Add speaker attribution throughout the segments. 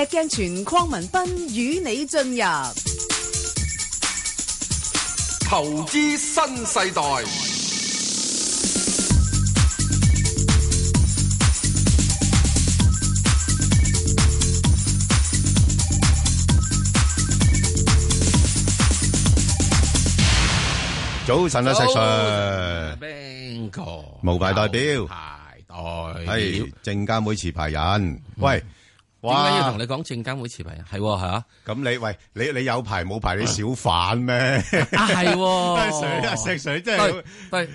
Speaker 1: 鏡泉鄺民彬與你進入
Speaker 2: 投資新世代。
Speaker 3: 早晨啊，石 Sir，
Speaker 2: Bingo，
Speaker 3: 無牌代表
Speaker 2: 排代表，
Speaker 3: 係證監會持牌人。喂，
Speaker 2: 點解要
Speaker 3: 哇
Speaker 2: 同，你講證監會持牌人？係喎，係啊，
Speaker 3: 咁你喂你你有牌冇牌你小販咩？
Speaker 2: 啊係
Speaker 3: 啊
Speaker 2: 喎，
Speaker 3: 石 Sir 真係
Speaker 2: 對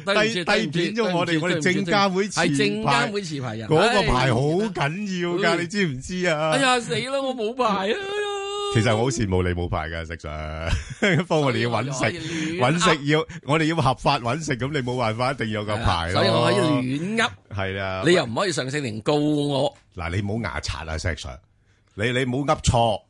Speaker 2: 對對唔
Speaker 3: 低
Speaker 2: 住對
Speaker 3: 低
Speaker 2: 唔
Speaker 3: 貶
Speaker 2: 住
Speaker 3: 咗我哋
Speaker 2: 對唔住
Speaker 3: 我哋
Speaker 2: 對唔住
Speaker 3: 證監會持牌
Speaker 2: 係證監會持牌人
Speaker 3: 嗰個牌好啊
Speaker 2: 哎
Speaker 3: 緊要㗎，
Speaker 2: 嗯
Speaker 3: 你知唔知啊？
Speaker 2: 哎呀死啦！我冇牌啊！
Speaker 3: 其實我好羨慕你冇牌㗎，石 Sir，幫我哋要揾
Speaker 2: 所以
Speaker 3: 食，
Speaker 2: 我可以亂
Speaker 3: 揾食要我哋要合法揾食，咁你冇辦法，一定要有個牌咯。
Speaker 2: 所以我可以亂噏，
Speaker 3: 係啦，
Speaker 2: 你又唔可以上聖庭告我。
Speaker 3: 嗱，你唔好牙刷啊，石 Sir，你你唔好噏錯，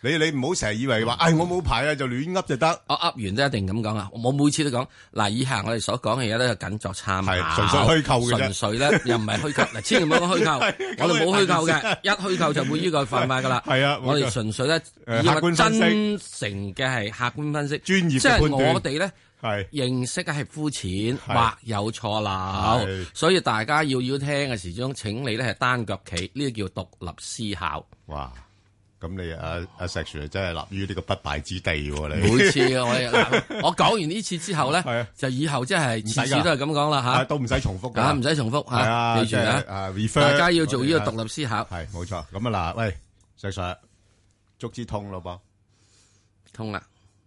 Speaker 3: 你你唔好成日以為話，唉，我冇牌啊，就亂噏就得，
Speaker 2: 我噏完都一定咁講啊！我每次都講嗱，以下我哋所講嘅嘢咧，僅作參
Speaker 3: 係
Speaker 2: 考，
Speaker 3: 純粹虛構嘅啫，
Speaker 2: 純粹咧又唔係虛構，嗱，千祈唔好講虛構我哋冇虛構嘅，一虛構就會呢個犯法噶啦。
Speaker 3: 係啊冇錯
Speaker 2: 我哋純粹咧
Speaker 3: 誒
Speaker 2: 以
Speaker 3: 客觀
Speaker 2: 真
Speaker 3: 分析
Speaker 2: 誠嘅係客觀分析，
Speaker 3: 專業嘅
Speaker 2: 即係
Speaker 3: 判斷
Speaker 2: 我哋咧。
Speaker 3: 係
Speaker 2: 認識係膚淺
Speaker 3: 係
Speaker 2: 或有錯
Speaker 3: 係
Speaker 2: 漏，所以大家要要聽嘅時鐘，請你咧係單腳企，呢個叫獨立思考。
Speaker 3: 哇，咁你阿阿石 Sir 真係立於呢個不敗之地喎，
Speaker 2: 每
Speaker 3: 你
Speaker 2: 次啊我哋嗱我講完呢次之後咧
Speaker 3: 係啊，
Speaker 2: 就以後即係
Speaker 3: 使㗎
Speaker 2: 次次都係咁講
Speaker 3: 啊
Speaker 2: 啦
Speaker 3: 都唔使重複
Speaker 2: 吓，啊
Speaker 3: 㗎，
Speaker 2: 唔使重複
Speaker 3: 係啊，
Speaker 2: 吓，記住
Speaker 3: 即
Speaker 2: 啊
Speaker 3: 係，啊，refer
Speaker 2: 大家要做呢個
Speaker 3: 啊
Speaker 2: 獨立思考，
Speaker 3: 係冇錯，咁啊嗱，喂，石 Sir，足之痛咯噃，
Speaker 2: 通啦。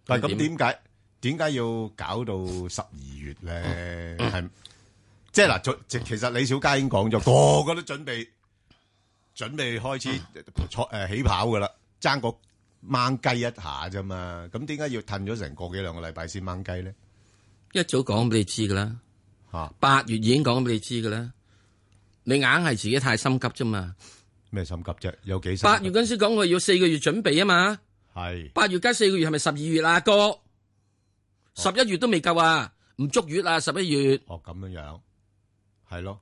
Speaker 3: 但係咁點解點解要搞到十二月咧？係即係嗱，做其其實李小嘉已經講咗，個個都準備準備開始坐誒起跑噶啦，爭個掹雞一下啫嘛。咁點解要褪咗成個幾兩個禮拜先掹雞咧？
Speaker 2: 一早講俾你知噶啦，
Speaker 3: 嚇
Speaker 2: 八月已經講俾你知噶啦，你硬係自己太心急啫嘛。
Speaker 3: 咩心急啫？有幾心急
Speaker 2: 八月嗰陣時講我要四個月準備啊嘛。
Speaker 3: 係
Speaker 2: 八月加四個月係咪十二月啊？哥，十一月都未夠啊，唔足月啊！十一月
Speaker 3: 哦咁樣樣係咯，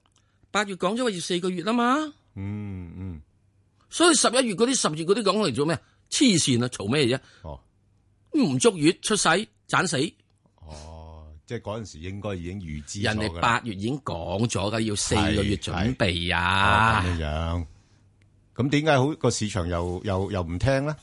Speaker 2: 八月講咗話要四個月啊嘛，
Speaker 3: 嗯嗯
Speaker 2: 所以十一月嗰啲、十月嗰啲講嚟做咩？黐線啊，嘈咩啫？
Speaker 3: 哦。
Speaker 2: 唔足月出世斬死，
Speaker 3: 哦，即係嗰陣時應該已經預知
Speaker 2: 人
Speaker 3: 咗
Speaker 2: 哋
Speaker 3: 㗎
Speaker 2: 八
Speaker 3: 啦
Speaker 2: 月已經講咗噶，要四個月準備啊！
Speaker 3: 咁樣。咁點解好個市場又又又唔聽咧？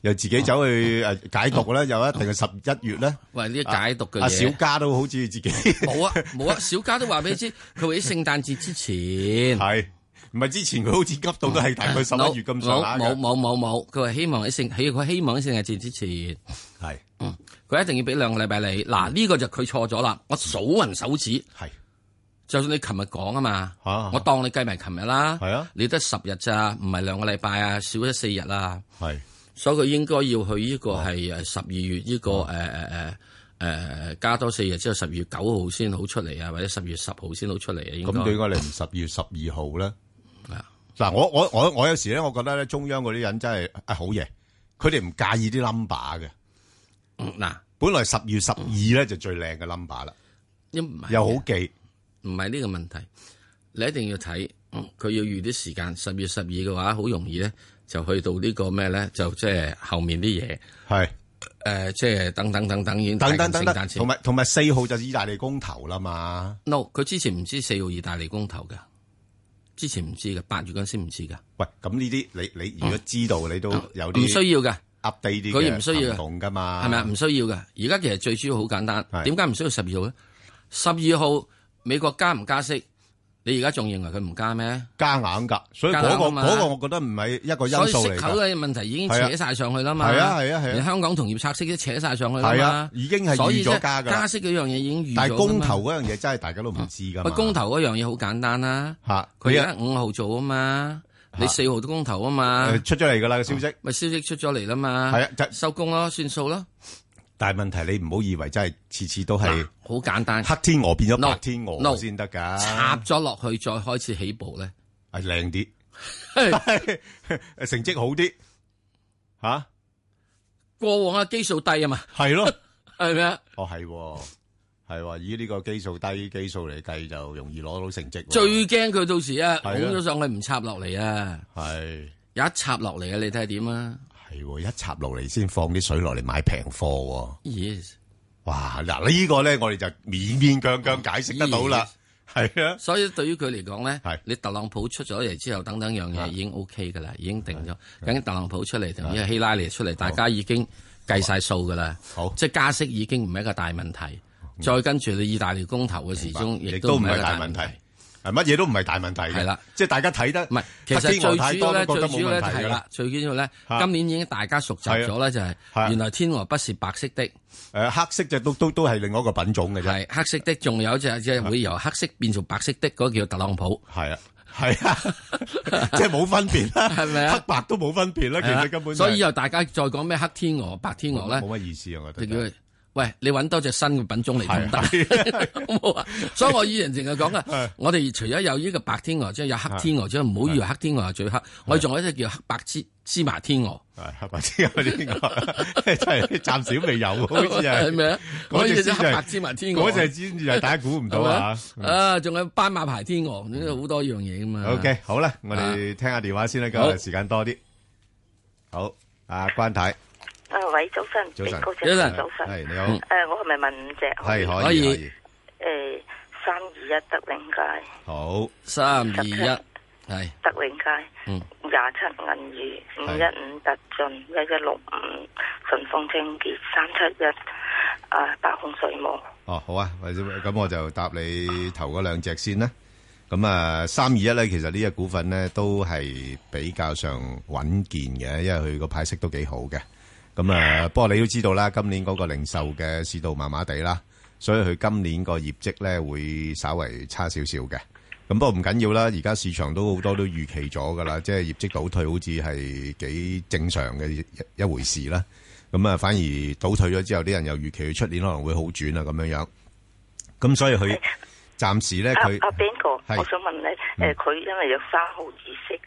Speaker 3: 又自己走去誒解讀咧？又一定係十一月咧？
Speaker 2: 喂，呢啲解讀嘅
Speaker 3: 阿啊小
Speaker 2: 嘢
Speaker 3: 家都好似自己係
Speaker 2: 冇啊冇啊，小家都話俾你 知，佢會喺聖誕節之前。
Speaker 3: 唔係之前佢好似急到都係大概十一月咁上下
Speaker 2: 冇
Speaker 3: 嘅，
Speaker 2: 冇冇冇冇，佢話希望喺聖，佢佢希望喺聖誕節之前。
Speaker 3: 係
Speaker 2: 佢一定要俾兩個禮拜你。
Speaker 3: 嗯
Speaker 2: 嗱，呢個就佢錯咗啦。我數勻手指，
Speaker 3: 係
Speaker 2: 就算你琴日講啊嘛
Speaker 3: 啊，
Speaker 2: 我當你計埋琴日啦。
Speaker 3: 係啊
Speaker 2: 你得十日咋，唔係兩個禮拜啊，少咗四日啦。
Speaker 3: 係
Speaker 2: 所以佢應該要去呢個
Speaker 3: 哦
Speaker 2: 係誒十二月呢個呃誒誒誒呃誒加多四日之後，十二月九號先好出嚟啊，或者十二月十號先好出嚟啊。應
Speaker 3: 咁
Speaker 2: 該
Speaker 3: 點解你唔十月十二號咧？
Speaker 2: 啊
Speaker 3: 嗱，我我我我有時咧，我覺得咧，中央嗰啲人真係啊好嘢，佢哋唔介意啲 number 嘅。
Speaker 2: 嗯嗱，
Speaker 3: 本來十月十二咧就最靚嘅 number 啦，
Speaker 2: 因唔係
Speaker 3: 又好記。
Speaker 2: 唔係呢個問題，你一定要睇，嗯佢要預啲時間。十月十二嘅話，好容易咧就去到呢個咩咧，就即係後面啲嘢。
Speaker 3: 係
Speaker 2: 誒、即係等等等等，已經
Speaker 3: 等等等
Speaker 2: 大近聖
Speaker 3: 等
Speaker 2: 誕，節
Speaker 3: 同埋同埋四號就意大利公投啦嘛。
Speaker 2: no，佢之前唔知四號意大利公投噶，之前唔知噶，八月嗰陣先唔知噶，
Speaker 3: 喂，咁呢啲你你如果知道，你都有
Speaker 2: 嗯唔
Speaker 3: 啲
Speaker 2: 需要噶，
Speaker 3: update 啲
Speaker 2: 佢唔需要
Speaker 3: 嘅行動噶嘛？
Speaker 2: 係咪啊？唔需要噶。而家其實最主要好簡單
Speaker 3: 係，
Speaker 2: 點解唔需要十二號咧？十二號美國加唔加息？你而家仲認為佢唔加咩？
Speaker 3: 加硬㗎，所以
Speaker 2: 加
Speaker 3: 嗰
Speaker 2: 硬
Speaker 3: 個
Speaker 2: 㗎嘛
Speaker 3: 嗰個我覺得唔係一個因
Speaker 2: 所以
Speaker 3: 素
Speaker 2: 息
Speaker 3: 嚟
Speaker 2: 口
Speaker 3: 㗎。
Speaker 2: 嘅問題已經
Speaker 3: 係啊
Speaker 2: 扯晒上去啦嘛。
Speaker 3: 係啊係啊係啊
Speaker 2: 連香港同業拆息都扯晒上去啦
Speaker 3: 係
Speaker 2: 嘛
Speaker 3: 啊。已經係
Speaker 2: 所以
Speaker 3: 預咗
Speaker 2: 啫
Speaker 3: 加㗎啦
Speaker 2: 加息嗰樣嘢已經預咗㗎嘛。
Speaker 3: 但係公投嗰樣啊嘢真係大家都唔知㗎
Speaker 2: 喂，
Speaker 3: 嘛。
Speaker 2: 公投嗰樣嘢好簡單啦。
Speaker 3: 嚇
Speaker 2: 佢
Speaker 3: 佢
Speaker 2: 而
Speaker 3: 啊
Speaker 2: 家五號做啊嘛，你四號都公投啊嘛，
Speaker 3: 呃誒出咗嚟㗎啦個消息，
Speaker 2: 咪消息出咗嚟啦嘛，
Speaker 3: 係啊就
Speaker 2: 收工咯，算數咯，
Speaker 3: 但係問題你唔好以為真係次次都係
Speaker 2: 嗱好簡單，
Speaker 3: 黑天鵝變咗
Speaker 2: 啊 No，
Speaker 3: 白天鵝
Speaker 2: no，
Speaker 3: 先得㗎，
Speaker 2: 插咗落去再開始起步 咧，
Speaker 3: 係靚啲。
Speaker 2: 嘿
Speaker 3: 成績好啲吓，
Speaker 2: 過往嘅基數低啊嘛，
Speaker 3: 係咯，
Speaker 2: 係咪啊？
Speaker 3: 哦係喎，係喎，以呢個基數低基數嚟計就容易攞到成績喎，
Speaker 2: 最驚佢到時啊，
Speaker 3: 係啊
Speaker 2: 拱咗上去唔插落嚟啊，
Speaker 3: 係
Speaker 2: 有一插落嚟啊！你睇下點啊
Speaker 3: 系一插落嚟先放啲水落嚟買平貨喎。
Speaker 2: ？Yes，
Speaker 3: 哇！嗱，呢個咧我哋就勉勉強強解釋得到啦。係啊，
Speaker 2: 所以對於佢嚟講咧，
Speaker 3: 係
Speaker 2: 你特朗普出咗嚟之後，等等樣嘢已經 OK 噶啦，已經定咗。究竟特朗普出嚟同呢個希拉里出嚟，大家已經計晒數噶啦。
Speaker 3: 好
Speaker 2: 即係加息已經唔係一個大問題。再跟住你意大利公投嘅時鐘，
Speaker 3: 亦
Speaker 2: 嗯亦
Speaker 3: 都
Speaker 2: 都
Speaker 3: 唔
Speaker 2: 唔係一
Speaker 3: 係
Speaker 2: 個
Speaker 3: 大
Speaker 2: 大
Speaker 3: 問
Speaker 2: 問
Speaker 3: 題
Speaker 2: 題。，
Speaker 3: 係乜嘢都唔係大問題嘅。
Speaker 2: 係啦，
Speaker 3: 即係大家睇得
Speaker 2: 唔係，其
Speaker 3: 得
Speaker 2: 實
Speaker 3: 天鵝
Speaker 2: 最
Speaker 3: 太
Speaker 2: 主要
Speaker 3: 多
Speaker 2: 咧，
Speaker 3: 都
Speaker 2: 最
Speaker 3: 覺得
Speaker 2: 主
Speaker 3: 冇
Speaker 2: 要咧
Speaker 3: 問題
Speaker 2: 係啦
Speaker 3: 㗎啦。，
Speaker 2: 最緊要咧，
Speaker 3: 嚇
Speaker 2: 今年已經大家熟習咗咧，就係
Speaker 3: 係啊
Speaker 2: 原來天鵝不是白色的，
Speaker 3: 誒，黑色就都都都係另外一個品種嘅啫。
Speaker 2: 係黑色的，仲有一隻即係會由黑色變做白色的，嗰個叫特朗普。
Speaker 3: 係啊，係 啊，即係冇分別啦，
Speaker 2: 係咪啊
Speaker 3: 黑白都冇分別啦，其
Speaker 2: 係啦
Speaker 3: 實根本就係
Speaker 2: 啊所以又大家再講咩黑天鵝、白天鵝咧，
Speaker 3: 冇乜意思啊，我
Speaker 2: 就
Speaker 3: 覺得
Speaker 2: 叫
Speaker 3: 真係。
Speaker 2: 佢喂，你揾多隻新嘅品種嚟得唔
Speaker 3: 係啊
Speaker 2: 得？好冇 啊！所以我以前淨係講啊，我哋除咗有呢個白天鵝之外，有黑天鵝之外，唔好以為黑天鵝係最黑，我哋仲有一隻叫黑白芝芝麻天鵝。
Speaker 3: 係黑白之外呢個真係暫時都未有，好似
Speaker 2: 係咪
Speaker 3: 係
Speaker 2: 啊？我
Speaker 3: 嗰隻
Speaker 2: 以為
Speaker 3: 先
Speaker 2: 隻
Speaker 3: 係
Speaker 2: 黑白芝麻天鵝，
Speaker 3: 嗰隻先至係大家估唔到啊。
Speaker 2: 係咪啊啊，仲有斑馬牌天鵝，呢度好多樣嘢噶嘛。
Speaker 3: OK，好啦，我哋聽下電話先啦，今
Speaker 2: 好
Speaker 3: 日時間多啲。好，阿關太，
Speaker 4: 啊，喂，早晨，
Speaker 3: 早晨
Speaker 4: 李高姐
Speaker 2: 早晨
Speaker 4: 早晨，
Speaker 3: 係
Speaker 4: 誒、
Speaker 3: 你好，
Speaker 2: 嗯
Speaker 4: 我係咪問五隻？
Speaker 3: 係
Speaker 4: 誒，
Speaker 3: 可以可以，
Speaker 4: 三二一德永街，
Speaker 3: 好
Speaker 2: 三二一，係
Speaker 4: 德永街，
Speaker 2: 嗯
Speaker 4: 廿七銀魚，五
Speaker 3: 係
Speaker 4: 一五特進，一一六五順豐清潔，三七一，啊，百控水務，
Speaker 3: 哦，好啊，或者咁我就答你頭嗰兩隻先啦。咁啊，三二一咧，其實呢只股份咧都係比較上穩健嘅，因為佢個派息都幾好嘅。咁啊，不過你都知道啦，今年嗰個零售嘅市道麻麻地啦，所以佢今年個業績咧會稍為差少少嘅。咁不過唔緊要啦，而家市場都好多都預期咗噶啦，即係業績倒退好似係幾正常嘅一一回事啦。咁啊，反而倒退咗之後，啲人又預期佢出年可能會好轉啊，咁樣樣。咁所以佢暫時咧，
Speaker 4: 啊
Speaker 3: 佢
Speaker 4: 啊邊個？
Speaker 3: 係嗯
Speaker 4: 我想問咧，誒，佢因為有三毫子息，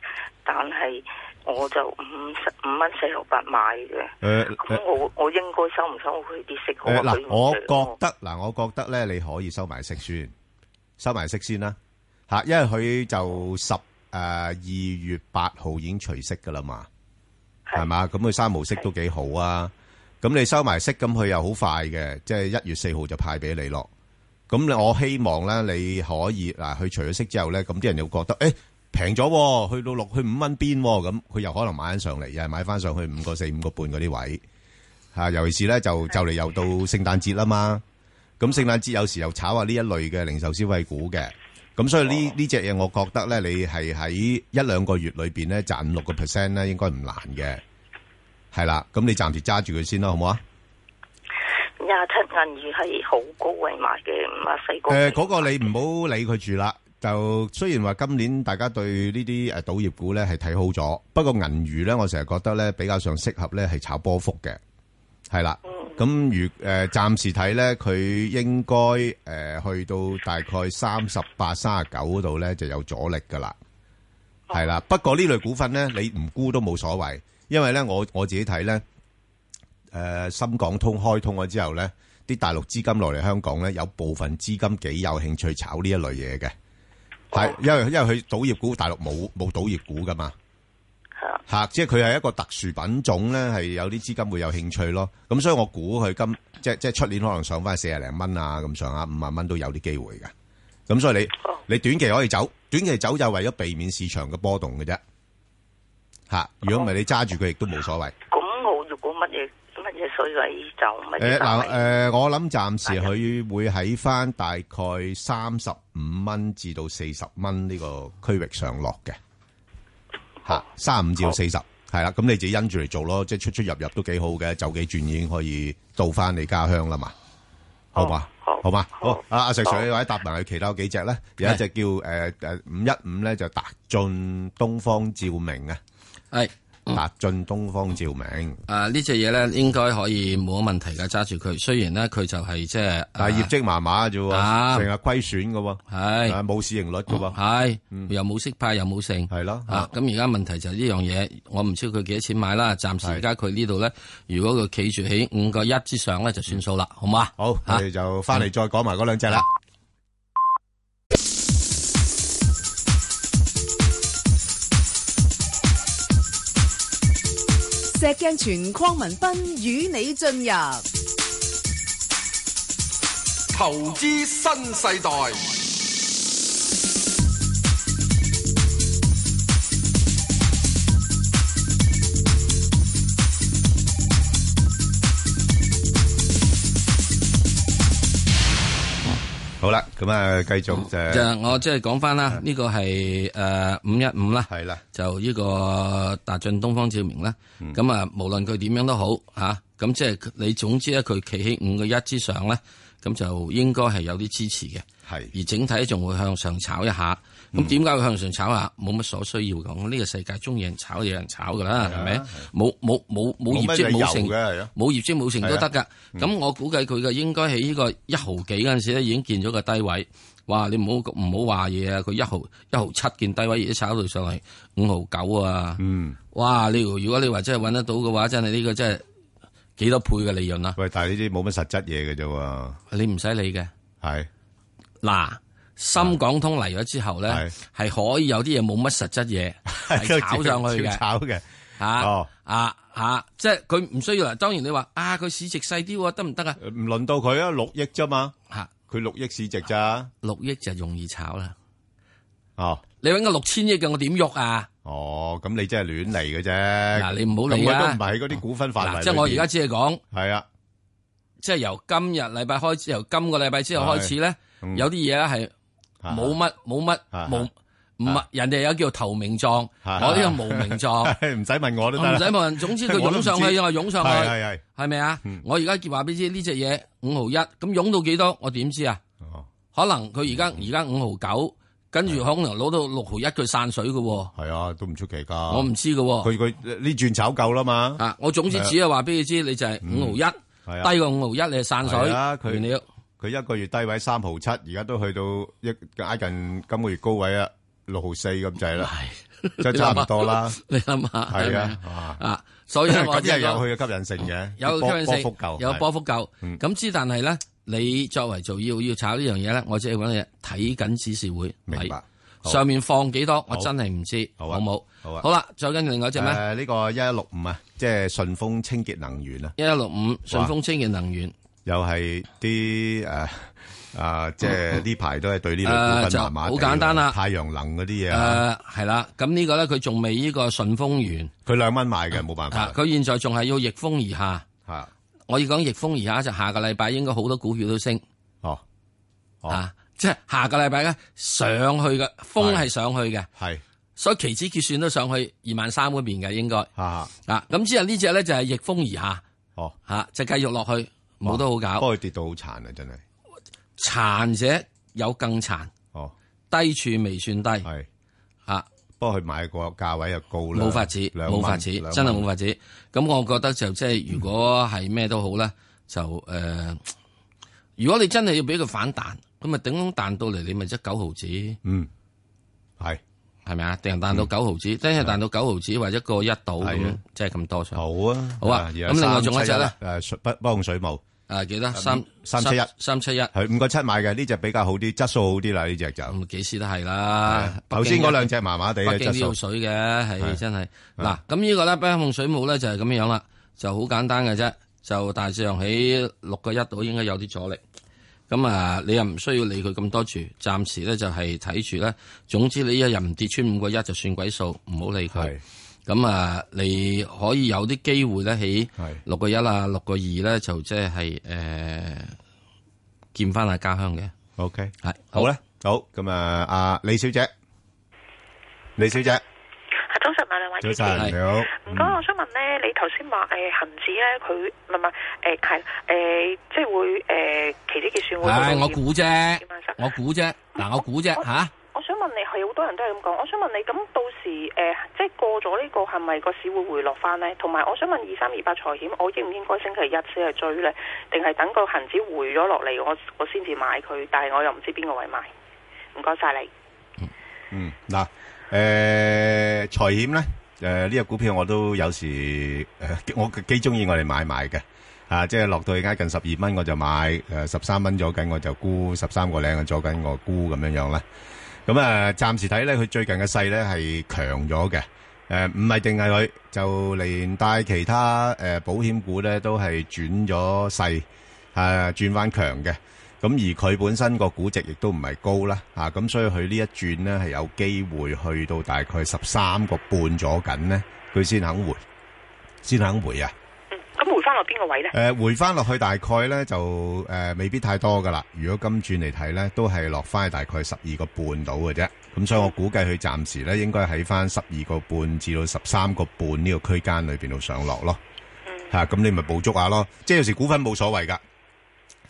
Speaker 4: 但係我就五十五蚊四毫八買嘅。
Speaker 3: 誒誒
Speaker 4: 咁我我應該收唔收佢啲息好
Speaker 3: 誒
Speaker 4: 啊？
Speaker 3: 嗱，
Speaker 4: 佢唔
Speaker 3: 我
Speaker 4: 借
Speaker 3: 覺得嗱，我覺得咧，你可以收埋息先，收埋息先啦嚇，因為佢就十誒二月八號已經除息噶啦嘛，
Speaker 4: 係
Speaker 3: 係嘛？咁佢三毫息都幾好啊。咁你收埋息，咁佢又好快嘅，即係一月四號就派俾你咯。咁你我希望咧，你可以嗱，佢除咗息之後咧，咁啲人又覺得誒平咗喎，去到六去五蚊邊喎，咁佢又可能買翻上嚟，又係買翻上去五個四、五個半嗰啲位。吓，啊尤其是咧就就嚟又到聖誕節啦嘛，咁聖誕節有時又炒下呢一類嘅零售消費股嘅，咁所以呢呢只嘢我覺得咧，你係喺一兩個月裏邊咧賺五六個 percent 咧，應該唔難嘅，係啦，咁你暫時揸住佢先啦，好唔好啊？
Speaker 4: 廿七銀魚係好高位買嘅，五啊四個。
Speaker 3: 誒，嗰個你唔好理佢住啦。就雖然話今年大家對呢啲誒賭業股咧係睇好咗，不過銀娛咧，我成日覺得咧比較上適合咧係炒波幅嘅，係啦。咁如誒暫時睇咧，佢應該誒、呃去到大概三十八、三十九嗰度咧就有阻力噶啦，係啦。不過呢類股份咧，你唔沽都冇所謂，因為咧我我自己睇咧。誒、深港通開通咗之後咧，啲大陸資金落嚟香港咧，有部分資金幾有興趣炒呢一類嘢嘅，係因為因為佢賭業股大陸冇冇賭業股噶嘛，
Speaker 4: 係啊
Speaker 3: 嚇，即係佢係一個特殊品種咧，係有啲資金會有興趣咯。咁所以我估佢今即即係出年可能上翻四廿零蚊啊，咁上下五萬蚊都有啲機會嘅。咁所以你
Speaker 4: 哦
Speaker 3: 你短期可以走，短期走就為咗避免市場嘅波動嘅啫。嚇，如果唔係你揸住佢亦都冇所謂。
Speaker 4: 咁我如果乜嘢乜嘢水位就乜嘢
Speaker 3: 诶嗱，
Speaker 4: 價位？
Speaker 3: 诶，我諗暫時佢會喺翻大概三十五蚊至到四十蚊呢個區域上落嘅，吓三五至到四十，係啦，咁你自己因住嚟做咯，即係出出入入都幾好嘅，走幾轉已經可以到翻你家鄉啦嘛，好嘛？
Speaker 4: 好
Speaker 3: 好嘛？
Speaker 4: 好
Speaker 3: 好，阿阿石 Sir，你或者搭埋佢其他嗰幾隻咧，有一隻叫诶诶五一五咧就達進東方照明啊，
Speaker 2: 係。
Speaker 3: 達進東方照明，
Speaker 2: 啊！呢只嘢咧，應該可以冇乜問題噶，揸住佢。雖然咧，佢就係即係，
Speaker 3: 但係業績麻麻啫喎，
Speaker 2: 啊
Speaker 3: 成日虧損嘅喎。
Speaker 2: 係哦
Speaker 3: 啊，冇市盈率嘅喎，
Speaker 2: 係又冇息派，又冇剩，
Speaker 3: 係咯
Speaker 2: 啊！咁而家問題就係呢樣嘢，我唔知佢幾多錢買啦。暫時而家佢呢度咧，如果佢企住喺五個一之上咧，就算數啦，好嘛？
Speaker 3: 好，我
Speaker 2: 嚇
Speaker 3: 哋就翻嚟再講埋嗰兩隻啦。
Speaker 1: 石鏡泉匡文斌與你進入
Speaker 5: 投資新世代，
Speaker 3: 好啦，咁啊，繼續就係-
Speaker 2: 就我即係講翻啦，呢個係誒五一五啦，就呢個達進東方照明啦。咁啊，無論佢點樣都好嚇，咁即係你總之咧，佢企喺五個一之上咧，咁就應該係有啲支持嘅。
Speaker 3: 係啦，係，係，
Speaker 2: 而整體仲會向上炒一下。
Speaker 3: 嗯
Speaker 2: 咁點解會向上炒下？冇乜所需要講。呢個世界中意人炒，有人炒㗎啦，係咪？冇冇冇冇業績
Speaker 3: 啊冇乜理由
Speaker 2: 冇成，
Speaker 3: 嘅，係啊。啊嗯
Speaker 2: 冇業績冇成都得㗎。咁我估計佢嘅應該喺呢個一毫幾嗰陣時咧，已經見咗個低位。哇！你唔好唔好話嘢啊！佢一毫一毫七見低位，而家炒到上嚟五毫九啊！
Speaker 3: 嗯
Speaker 2: 哇！你如果你話真係揾得到嘅話，真係呢個真係幾多倍嘅利潤啊！
Speaker 3: 嗯，喂，但係呢啲冇乜實質嘢嘅啫喎，係，
Speaker 2: 你唔使理嘅。嗱，深港通嚟咗之後咧
Speaker 3: 係，
Speaker 2: 係可以有啲嘢冇乜實質 嘢係炒上去嘅
Speaker 3: 照炒嘅，
Speaker 2: 嚇
Speaker 3: 哦
Speaker 2: 啊嚇，即係佢唔需要啦。當然你話啊，佢市值細啲喎，得唔得啊？
Speaker 3: 唔輪到佢啊，六億咋嘛，佢六億市值咋，哦，
Speaker 2: 嚇，六億就容易炒啦。你揾個六千億嘅，我點喐啊？
Speaker 3: 哦哦，咁你真係亂嚟嘅啫。
Speaker 2: 嗱，你唔好理啊。
Speaker 3: 咁佢都唔係嗰啲股份範圍
Speaker 2: 嗱，即係我而
Speaker 3: 裏邊。
Speaker 2: 家只係講，
Speaker 3: 係啊，嗯，
Speaker 2: 即係由今日禮拜開始，由今個禮拜之後開始咧，有啲嘢咧係 冇乜冇乜
Speaker 3: 嗯啊
Speaker 2: 冇唔係人哋有叫投名狀，
Speaker 3: 啊
Speaker 2: 我呢個無名狀，唔
Speaker 3: 唔使問我都得啦。
Speaker 2: 使冇人。總之佢
Speaker 3: 我都唔
Speaker 2: 湧上去，啊
Speaker 3: 知
Speaker 2: 我湧上去。
Speaker 3: 係，係，係，哦，
Speaker 2: 系咪啊？我而家結話俾你知呢只嘢五毫一，咁湧到幾多？我點知啊？
Speaker 3: 哦
Speaker 2: 可能佢而家
Speaker 3: 嗯
Speaker 2: 而家五毫九，跟
Speaker 3: 啊
Speaker 2: 住可能攞到六毫一，佢散水嘅喎，
Speaker 3: 係啊，都唔出奇㗎。
Speaker 2: 我唔知嘅喎。
Speaker 3: 哦佢-佢呢轉炒夠啦嘛。
Speaker 2: 啊，我總之只係話俾你知，你就係五毫一，
Speaker 3: 係啊。
Speaker 2: 低過五毫一你係散水。
Speaker 3: 係啊佢
Speaker 2: 完了
Speaker 3: 佢一個月低位三毫七，而家都去到一挨近今個月高位啊，六毫四咁滯啦，即係差唔多啦，
Speaker 2: 你諗下，係
Speaker 3: 係
Speaker 2: 咪
Speaker 3: 啊，
Speaker 2: 啊，所以呢我
Speaker 3: 咁
Speaker 2: 只
Speaker 3: 又
Speaker 2: 係講
Speaker 3: 有佢嘅吸引性嘅，
Speaker 2: 有
Speaker 3: 波
Speaker 2: 吸引性
Speaker 3: 波幅夠，
Speaker 2: 有波幅夠。
Speaker 3: 嗯
Speaker 2: 咁之但係咧，你作為做要要炒呢樣嘢咧，我只係揾嘢睇緊指示會，
Speaker 3: 係明白
Speaker 2: 睇。
Speaker 3: 好
Speaker 2: 上面放幾多，我
Speaker 3: 好
Speaker 2: 真係唔知，
Speaker 3: 好
Speaker 2: 好
Speaker 3: 啊
Speaker 2: 冇？
Speaker 3: 好啊
Speaker 2: 好啦，再跟住另外一隻咩？
Speaker 3: 誒呢個一一六五啊，即係順豐清潔能源啊，
Speaker 2: 一一六五順豐清潔能源，
Speaker 3: 又係啲誒啊，即係呢排都係對呢類
Speaker 2: 誒
Speaker 3: 股
Speaker 2: 就
Speaker 3: 份麻麻地
Speaker 2: 好簡單啦
Speaker 3: 太陽能嗰啲嘢啊，
Speaker 2: 誒係啦，咁呢個咧佢仲未呢個順風源，
Speaker 3: 佢兩蚊買嘅，冇辦
Speaker 2: 啊
Speaker 3: 法
Speaker 2: 佢現在仲係要逆風而下。
Speaker 3: 嚇，
Speaker 2: 我要講逆風而下就下個禮拜應該好多股票都升
Speaker 3: 哦，哦
Speaker 2: 啊！即係下個禮拜咧上去嘅風係上去嘅，
Speaker 3: 係
Speaker 2: 所以期指結算都上去二萬三嗰邊嘅應該
Speaker 3: 嚇，
Speaker 2: 啊！咁之後呢只咧就係逆風而下
Speaker 3: 哦，
Speaker 2: 嚇，就繼續落去冇得好
Speaker 3: 不
Speaker 2: 搞，
Speaker 3: 過佢跌到好殘啊，真係，
Speaker 2: 殘者有更殘，
Speaker 3: 哦，
Speaker 2: 低處未算低
Speaker 3: 係。
Speaker 2: 啊！
Speaker 3: 不過佢買個價位又高啦，
Speaker 2: 冇法子，
Speaker 3: 兩
Speaker 2: 冇
Speaker 3: 蚊
Speaker 2: 法子，
Speaker 3: 兩
Speaker 2: 真係
Speaker 3: 蚊
Speaker 2: 冇法子。咁我覺得就即係如果係咩都好啦，就誒、呃如果你真係要俾佢反彈，咁咪頂籠彈到嚟，你咪即係九毫子，
Speaker 3: 嗯，係
Speaker 2: 係咪啊？定係彈到九毫子，真係彈到九毫子或者個一到
Speaker 3: 嗯啊係啊
Speaker 2: 咁，即係咁多上。
Speaker 3: 好啊，
Speaker 2: 好啊
Speaker 3: 而家
Speaker 2: 咁另外
Speaker 3: 三
Speaker 2: 仲有一隻咧
Speaker 3: 七一啦，誒水北北控水務，
Speaker 2: 啊，幾多？三
Speaker 3: 三七一
Speaker 2: 三七一，
Speaker 3: 係五個七買嘅，呢只比較好啲，質素好啲啦，呢只就
Speaker 2: 咁幾時都係啦。
Speaker 3: 啊頭
Speaker 2: 北
Speaker 3: 先
Speaker 2: 京
Speaker 3: 嗰兩隻麻麻地嘅
Speaker 2: 北京
Speaker 3: 質
Speaker 2: 都要
Speaker 3: 素，
Speaker 2: 水嘅，係真係嗱。咁呢個咧，北控水母咧就係咁樣啦，就好簡單嘅啫，就大致上喺六個一度應該有啲阻力。咁啊，你又唔需要理佢咁多住，暫時咧就係睇住咧。總之你一日唔跌穿五個一就算鬼數，唔好理佢
Speaker 3: 係。
Speaker 2: 咁啊，你可以有啲機會咧喺
Speaker 3: 係
Speaker 2: 六個一啊，六個二咧就即係誒見翻下家鄉嘅。
Speaker 3: OK，
Speaker 2: 係
Speaker 3: 好啦，好咁啊，阿李小姐，李小姐，
Speaker 4: 啊早晨啊，兩位
Speaker 3: 早
Speaker 2: 係
Speaker 3: 晨你好，
Speaker 4: 唔該，我想問咧，你頭先話誒恒指咧，佢唔係唔係誒係誒，即係會誒期指結算會去到
Speaker 2: 唉，我
Speaker 4: 二
Speaker 2: 估啫
Speaker 4: 二萬三，
Speaker 2: 我估啫，嗱，我估啫吓。
Speaker 4: 我想問你，係好多人都係咁講。我想問你，咁到時誒、呃即係過咗呢個係咪個市會回落翻呢？同埋，我想問二三二八財險，我應唔應該星期一先去追呢？定係等個恒指回咗落嚟，我我先至買佢？但係我又唔知邊個位買。唔該晒你。
Speaker 3: 嗯，嗱，誒財險咧，誒呢只股票我都有時誒，我幾中意我哋買賣嘅，啊，即係落到而家近十二蚊我就買，呃誒十三蚊左緊我就沽，十三個零我左緊我呃沽咁樣樣啦。咁啊，暫時睇咧，佢最近嘅勢咧係強咗嘅。誒、诶，唔係定係佢，就連帶其他诶、呃保險股咧都係轉咗勢，诶轉翻強嘅。咁而佢本身個估值亦都唔係高啦，啊咁所以佢呢一轉咧係有機會去到大概十三個半咗緊咧，佢先肯回，先肯回啊！
Speaker 4: 嗯，咁回翻落邊個位咧？
Speaker 3: 诶、回翻落去大概咧就诶、呃未必太多噶啦。如果今轉嚟睇咧，都係落翻去大概十二個半到嘅啫。咁所以我估計佢暫時咧應該喺翻十二個半至到十三個半呢個區間裏边度上落咯。吓、咁你咪捕捉下咯。即係有時股份冇所謂噶，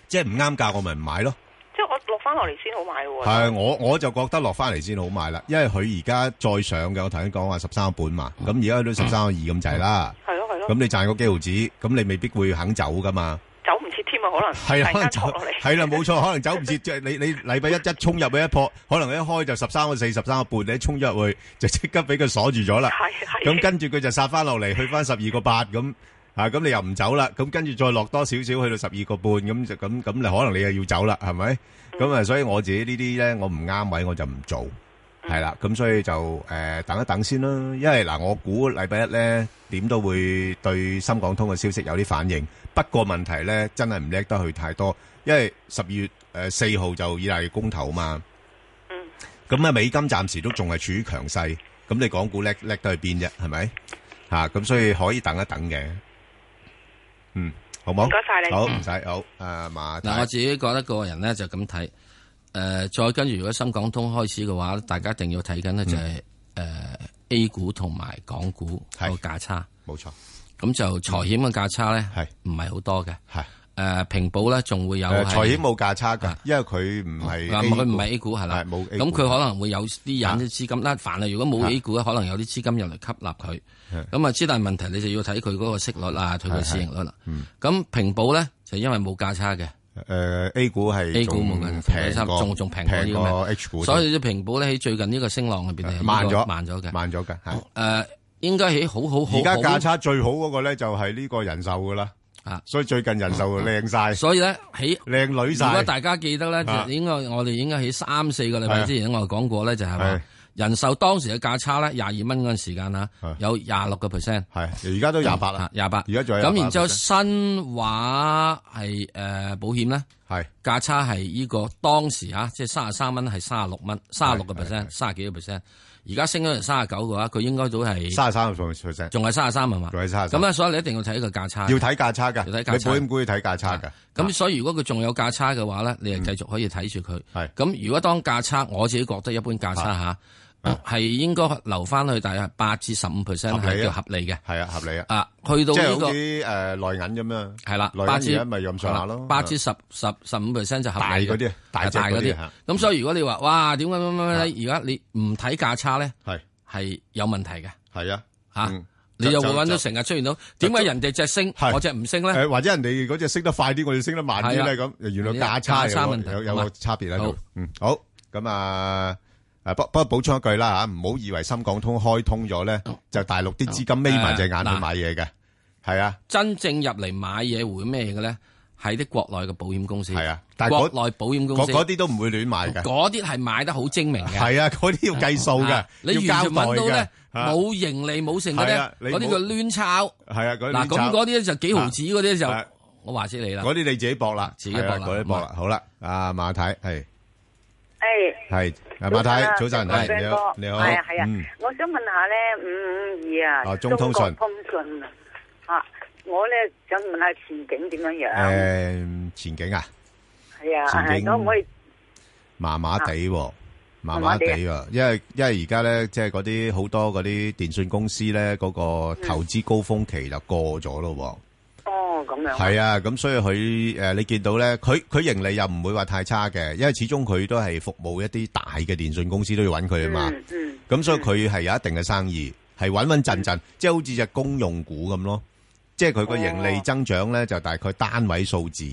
Speaker 3: 即係唔啱價我咪唔買咯。
Speaker 4: 即係我落翻落嚟先好買喎。
Speaker 3: 係我我就覺得落翻嚟先好買啦，因為佢而家再上嘅，我頭先講話十三個半嘛，
Speaker 4: 嗯
Speaker 3: 咁而家去到十三個二咁滯啦。
Speaker 4: 係咯係咯
Speaker 3: 咁，你賺嗰幾毫子，咁你未必會肯走噶嘛。
Speaker 4: 走唔切添啊，可能
Speaker 3: 係啦，
Speaker 4: 突然間
Speaker 3: 可能走-
Speaker 4: 撲落嚟。
Speaker 3: 係啦，冇錯，可能走唔切，即係你-你禮拜一-一衝入去一撲，可能一開就13個4 13個半，你一衝入去就即刻俾佢鎖住咗啦。
Speaker 4: 係係。
Speaker 3: 咁跟住佢就殺返落嚟，去返12個八咁，啊，咁你又唔走啦，咁跟住再落多少少，去到12個半，咁就-咁-咁你可能你又要走啦，係咪？咁啊，所以我自己呢啲呢，我唔啱位，我就唔做。係啦，咁所以就，呃，等一等先啦，因為嗱，我估禮拜一呢，點都會對深港通嘅消息有啲反應，不過問題呢，真係唔叻得去太多，因為12月，呃，4號就意大利公投嘛，
Speaker 4: 嗯。
Speaker 3: 咁啊，美金暫時都仲係處於強勢，咁你港股叻-叻得去邊啫，係咪？嚇，咁所以可以等一等嘅。嗯，好冇？
Speaker 4: 唔該晒你。
Speaker 3: 好，唔使，好，啊，馬太。
Speaker 2: 嗱，我自己覺得個人咧就咁睇，誒、呃再跟住如果深港通開始嘅話，大家一定要睇緊咧就係、誒、A 股同埋港股個
Speaker 3: 嗯係嗯
Speaker 2: 價差，咁就財險嘅價差咧
Speaker 3: 係
Speaker 2: 唔係好多嘅，誒、呃
Speaker 3: 冇錯，係，係。誒，
Speaker 2: 平保咧仲會有係
Speaker 3: 財險冇價差㗎，
Speaker 2: 啊。
Speaker 3: 因為佢唔係
Speaker 2: 嗱
Speaker 3: A
Speaker 2: 佢唔
Speaker 3: 股。
Speaker 2: 係 A 股係啦，
Speaker 3: 係冇 A
Speaker 2: 咁佢
Speaker 3: 股
Speaker 2: 可能會有啲人啲資金啦，凡係如果冇
Speaker 3: 啊
Speaker 2: A 股咧，可能有啲資金入嚟吸納佢
Speaker 3: 係。
Speaker 2: 咁啊，之但係問題你就要睇佢嗰個息率啊，佢個市盈率啦
Speaker 3: 嗯。
Speaker 2: 咁平保咧就因為冇價差嘅
Speaker 3: 诶，A 呃股係
Speaker 2: A 股冇
Speaker 3: 仲
Speaker 2: 價
Speaker 3: 平
Speaker 2: 差，
Speaker 3: 過
Speaker 2: 仲仲平過呢
Speaker 3: 平
Speaker 2: 個
Speaker 3: 過
Speaker 2: 咩
Speaker 3: H 股添，嗯
Speaker 2: 所以啲平保咧喺最近呢個升浪入邊係有呢個
Speaker 3: 慢咗，
Speaker 2: 慢咗嘅。
Speaker 3: 慢咗嘅。係
Speaker 2: 誒，應該喺好好好
Speaker 3: 而家
Speaker 2: 好
Speaker 3: 價差最好嗰個咧就係呢個人壽噶啦，
Speaker 2: 啊，
Speaker 3: 所以最近人壽靚晒，
Speaker 2: 所以咧喺
Speaker 3: 靚女
Speaker 2: 如果
Speaker 3: 晒，
Speaker 2: 大家記得咧，
Speaker 3: 啊
Speaker 2: 就應該我哋應該喺三四個禮拜之前，我哋講過咧，就係
Speaker 3: 係
Speaker 2: 話人壽當時嘅價差咧，廿二蚊嗰陣時間啊
Speaker 3: 係，
Speaker 2: 有廿六個 percent，
Speaker 3: 係而家都廿八
Speaker 2: 啊
Speaker 3: 啦，
Speaker 2: 廿八。
Speaker 3: 而家仲有
Speaker 2: 咁
Speaker 3: 28
Speaker 2: 然之後，新華係誒保險咧，
Speaker 3: 係
Speaker 2: 價差係呢個當時啊，即係三十三蚊係三十六蚊，三十六個
Speaker 3: 係係
Speaker 2: percent，三十幾個 percent。而家升咗成三十九嘅話，佢應該都係
Speaker 3: 三十三個 percent，
Speaker 2: 嗯仲係三十三係啊嘛？
Speaker 3: 仲係33
Speaker 2: 咁咧，所以你一定要睇個價差。
Speaker 3: 要睇價差㗎，
Speaker 2: 要睇價
Speaker 3: 你
Speaker 2: 差啊
Speaker 3: 保險股要睇價差㗎，
Speaker 2: 咁所以如果佢仲有價差嘅話咧，你係繼續可以睇住佢。
Speaker 3: 嗯係
Speaker 2: 咁如果當價差，我自己覺得一般價差吓，呃係應該留翻去大約八至十五 percent
Speaker 3: 啊合理
Speaker 2: 係
Speaker 3: 啊
Speaker 2: 叫合理嘅。
Speaker 3: 係啊，合理啊，
Speaker 2: 啊，去到
Speaker 3: 即係
Speaker 2: 呢
Speaker 3: 好
Speaker 2: 個
Speaker 3: 似诶內銀咁啊，
Speaker 2: 係啦，
Speaker 3: 內
Speaker 2: 八
Speaker 3: 銀而
Speaker 2: 至
Speaker 3: 家咪咁上下咯，啊
Speaker 2: 八至十十十五 percent 就合
Speaker 3: 大
Speaker 2: 理嘅
Speaker 3: 嗰啲大隻
Speaker 2: 大
Speaker 3: 嗰
Speaker 2: 嗰
Speaker 3: 啲啊
Speaker 2: 啲
Speaker 3: 嚇。
Speaker 2: 咁所以如果你話哇點解乜乜乜咧，而家你唔睇價差咧
Speaker 3: 啊係
Speaker 2: 係有問題嘅
Speaker 3: 係啊，
Speaker 2: 嚇
Speaker 3: 嗯，
Speaker 2: 你就會
Speaker 3: 就
Speaker 2: 揾
Speaker 3: 就
Speaker 2: 到成日出現到點解人哋隻升
Speaker 3: 係
Speaker 2: 我隻唔升咧？
Speaker 3: 诶或者人哋嗰只升得快啲，我哋升得慢啲咧，
Speaker 2: 係
Speaker 3: 咁原來價差
Speaker 2: 價差問題
Speaker 3: 有有有
Speaker 2: 好
Speaker 3: 個
Speaker 2: 嘛
Speaker 3: 差別喺度
Speaker 2: 好。
Speaker 3: 嗯，好咁啊。誒不不過補充一句啦嚇，唔好以為深港通開通咗咧，就大陸啲資金眯埋隻眼去買嘢嘅，係啊，
Speaker 2: 真正入嚟買嘢會咩嘅咧？係啲國內嘅保險公司，
Speaker 3: 係啊但係
Speaker 2: 國
Speaker 3: 嗰
Speaker 2: 內保險公
Speaker 3: 嗰
Speaker 2: 司
Speaker 3: 嗰啲都唔會亂買嘅，
Speaker 2: 嗰啲係買得好精明嘅，
Speaker 3: 係啊，嗰啲要計數嘅
Speaker 2: 啊，你
Speaker 3: 要
Speaker 2: 完
Speaker 3: 交
Speaker 2: 全
Speaker 3: 代
Speaker 2: 揾到
Speaker 3: 嘅
Speaker 2: 咧，
Speaker 3: 啊
Speaker 2: 冇盈利冇剩嘅
Speaker 3: 係啊
Speaker 2: 咧，
Speaker 3: 你
Speaker 2: 嗰啲
Speaker 3: 冇
Speaker 2: 叫亂炒。
Speaker 3: 係啊，嗰啲
Speaker 2: 嗱，咁
Speaker 3: 炒
Speaker 2: 嗰啲咧就幾毫子嗰啲
Speaker 3: 啊
Speaker 2: 就，我話知你啦。
Speaker 3: 嗰啲你自己搏啦，
Speaker 2: 自己搏啦
Speaker 3: 係啊嗰啲搏啦，好啦，阿馬太係
Speaker 6: 诶，
Speaker 3: 係，阿馬太
Speaker 6: 早
Speaker 3: 早晨，
Speaker 6: 晨啊
Speaker 3: 係你好，
Speaker 6: Ben
Speaker 3: 你
Speaker 6: 哥
Speaker 3: 好，
Speaker 6: 係啊
Speaker 4: à.
Speaker 6: 係啊
Speaker 3: 嗯，
Speaker 6: 我想問下咧，五
Speaker 4: ừ,
Speaker 6: 五二
Speaker 3: 啊
Speaker 6: 啊，
Speaker 3: 中通
Speaker 6: 國
Speaker 3: 訊
Speaker 6: 通訊
Speaker 4: à.
Speaker 6: 啊，吓，我咧想問下前景點樣樣？
Speaker 3: 誒前景啊。
Speaker 6: 係
Speaker 4: à,
Speaker 6: 啊，
Speaker 3: 前景
Speaker 6: 係可唔可以？
Speaker 3: 麻麻地喎，麻麻
Speaker 6: 麻
Speaker 3: 地
Speaker 6: 地
Speaker 3: 喎，因為因為而家咧，即係嗰啲好多嗰啲電信公司咧，嗰個投資高峰期就過咗咯
Speaker 6: 哦，咁
Speaker 3: 喎。
Speaker 6: 樣
Speaker 3: 係啊，咁所以佢誒你見到咧，佢佢盈利又唔會話太差嘅，因為始終佢都係服務一啲大嘅電信公司都要揾佢啊嘛。
Speaker 4: Ừ,
Speaker 6: 嗯嗯，
Speaker 3: 咁所以佢係有一定嘅生意，係穩穩陣陣，即係好似只公用股咁咯。即係佢個盈利
Speaker 6: 哦
Speaker 3: 增長咧，就大概單位數字。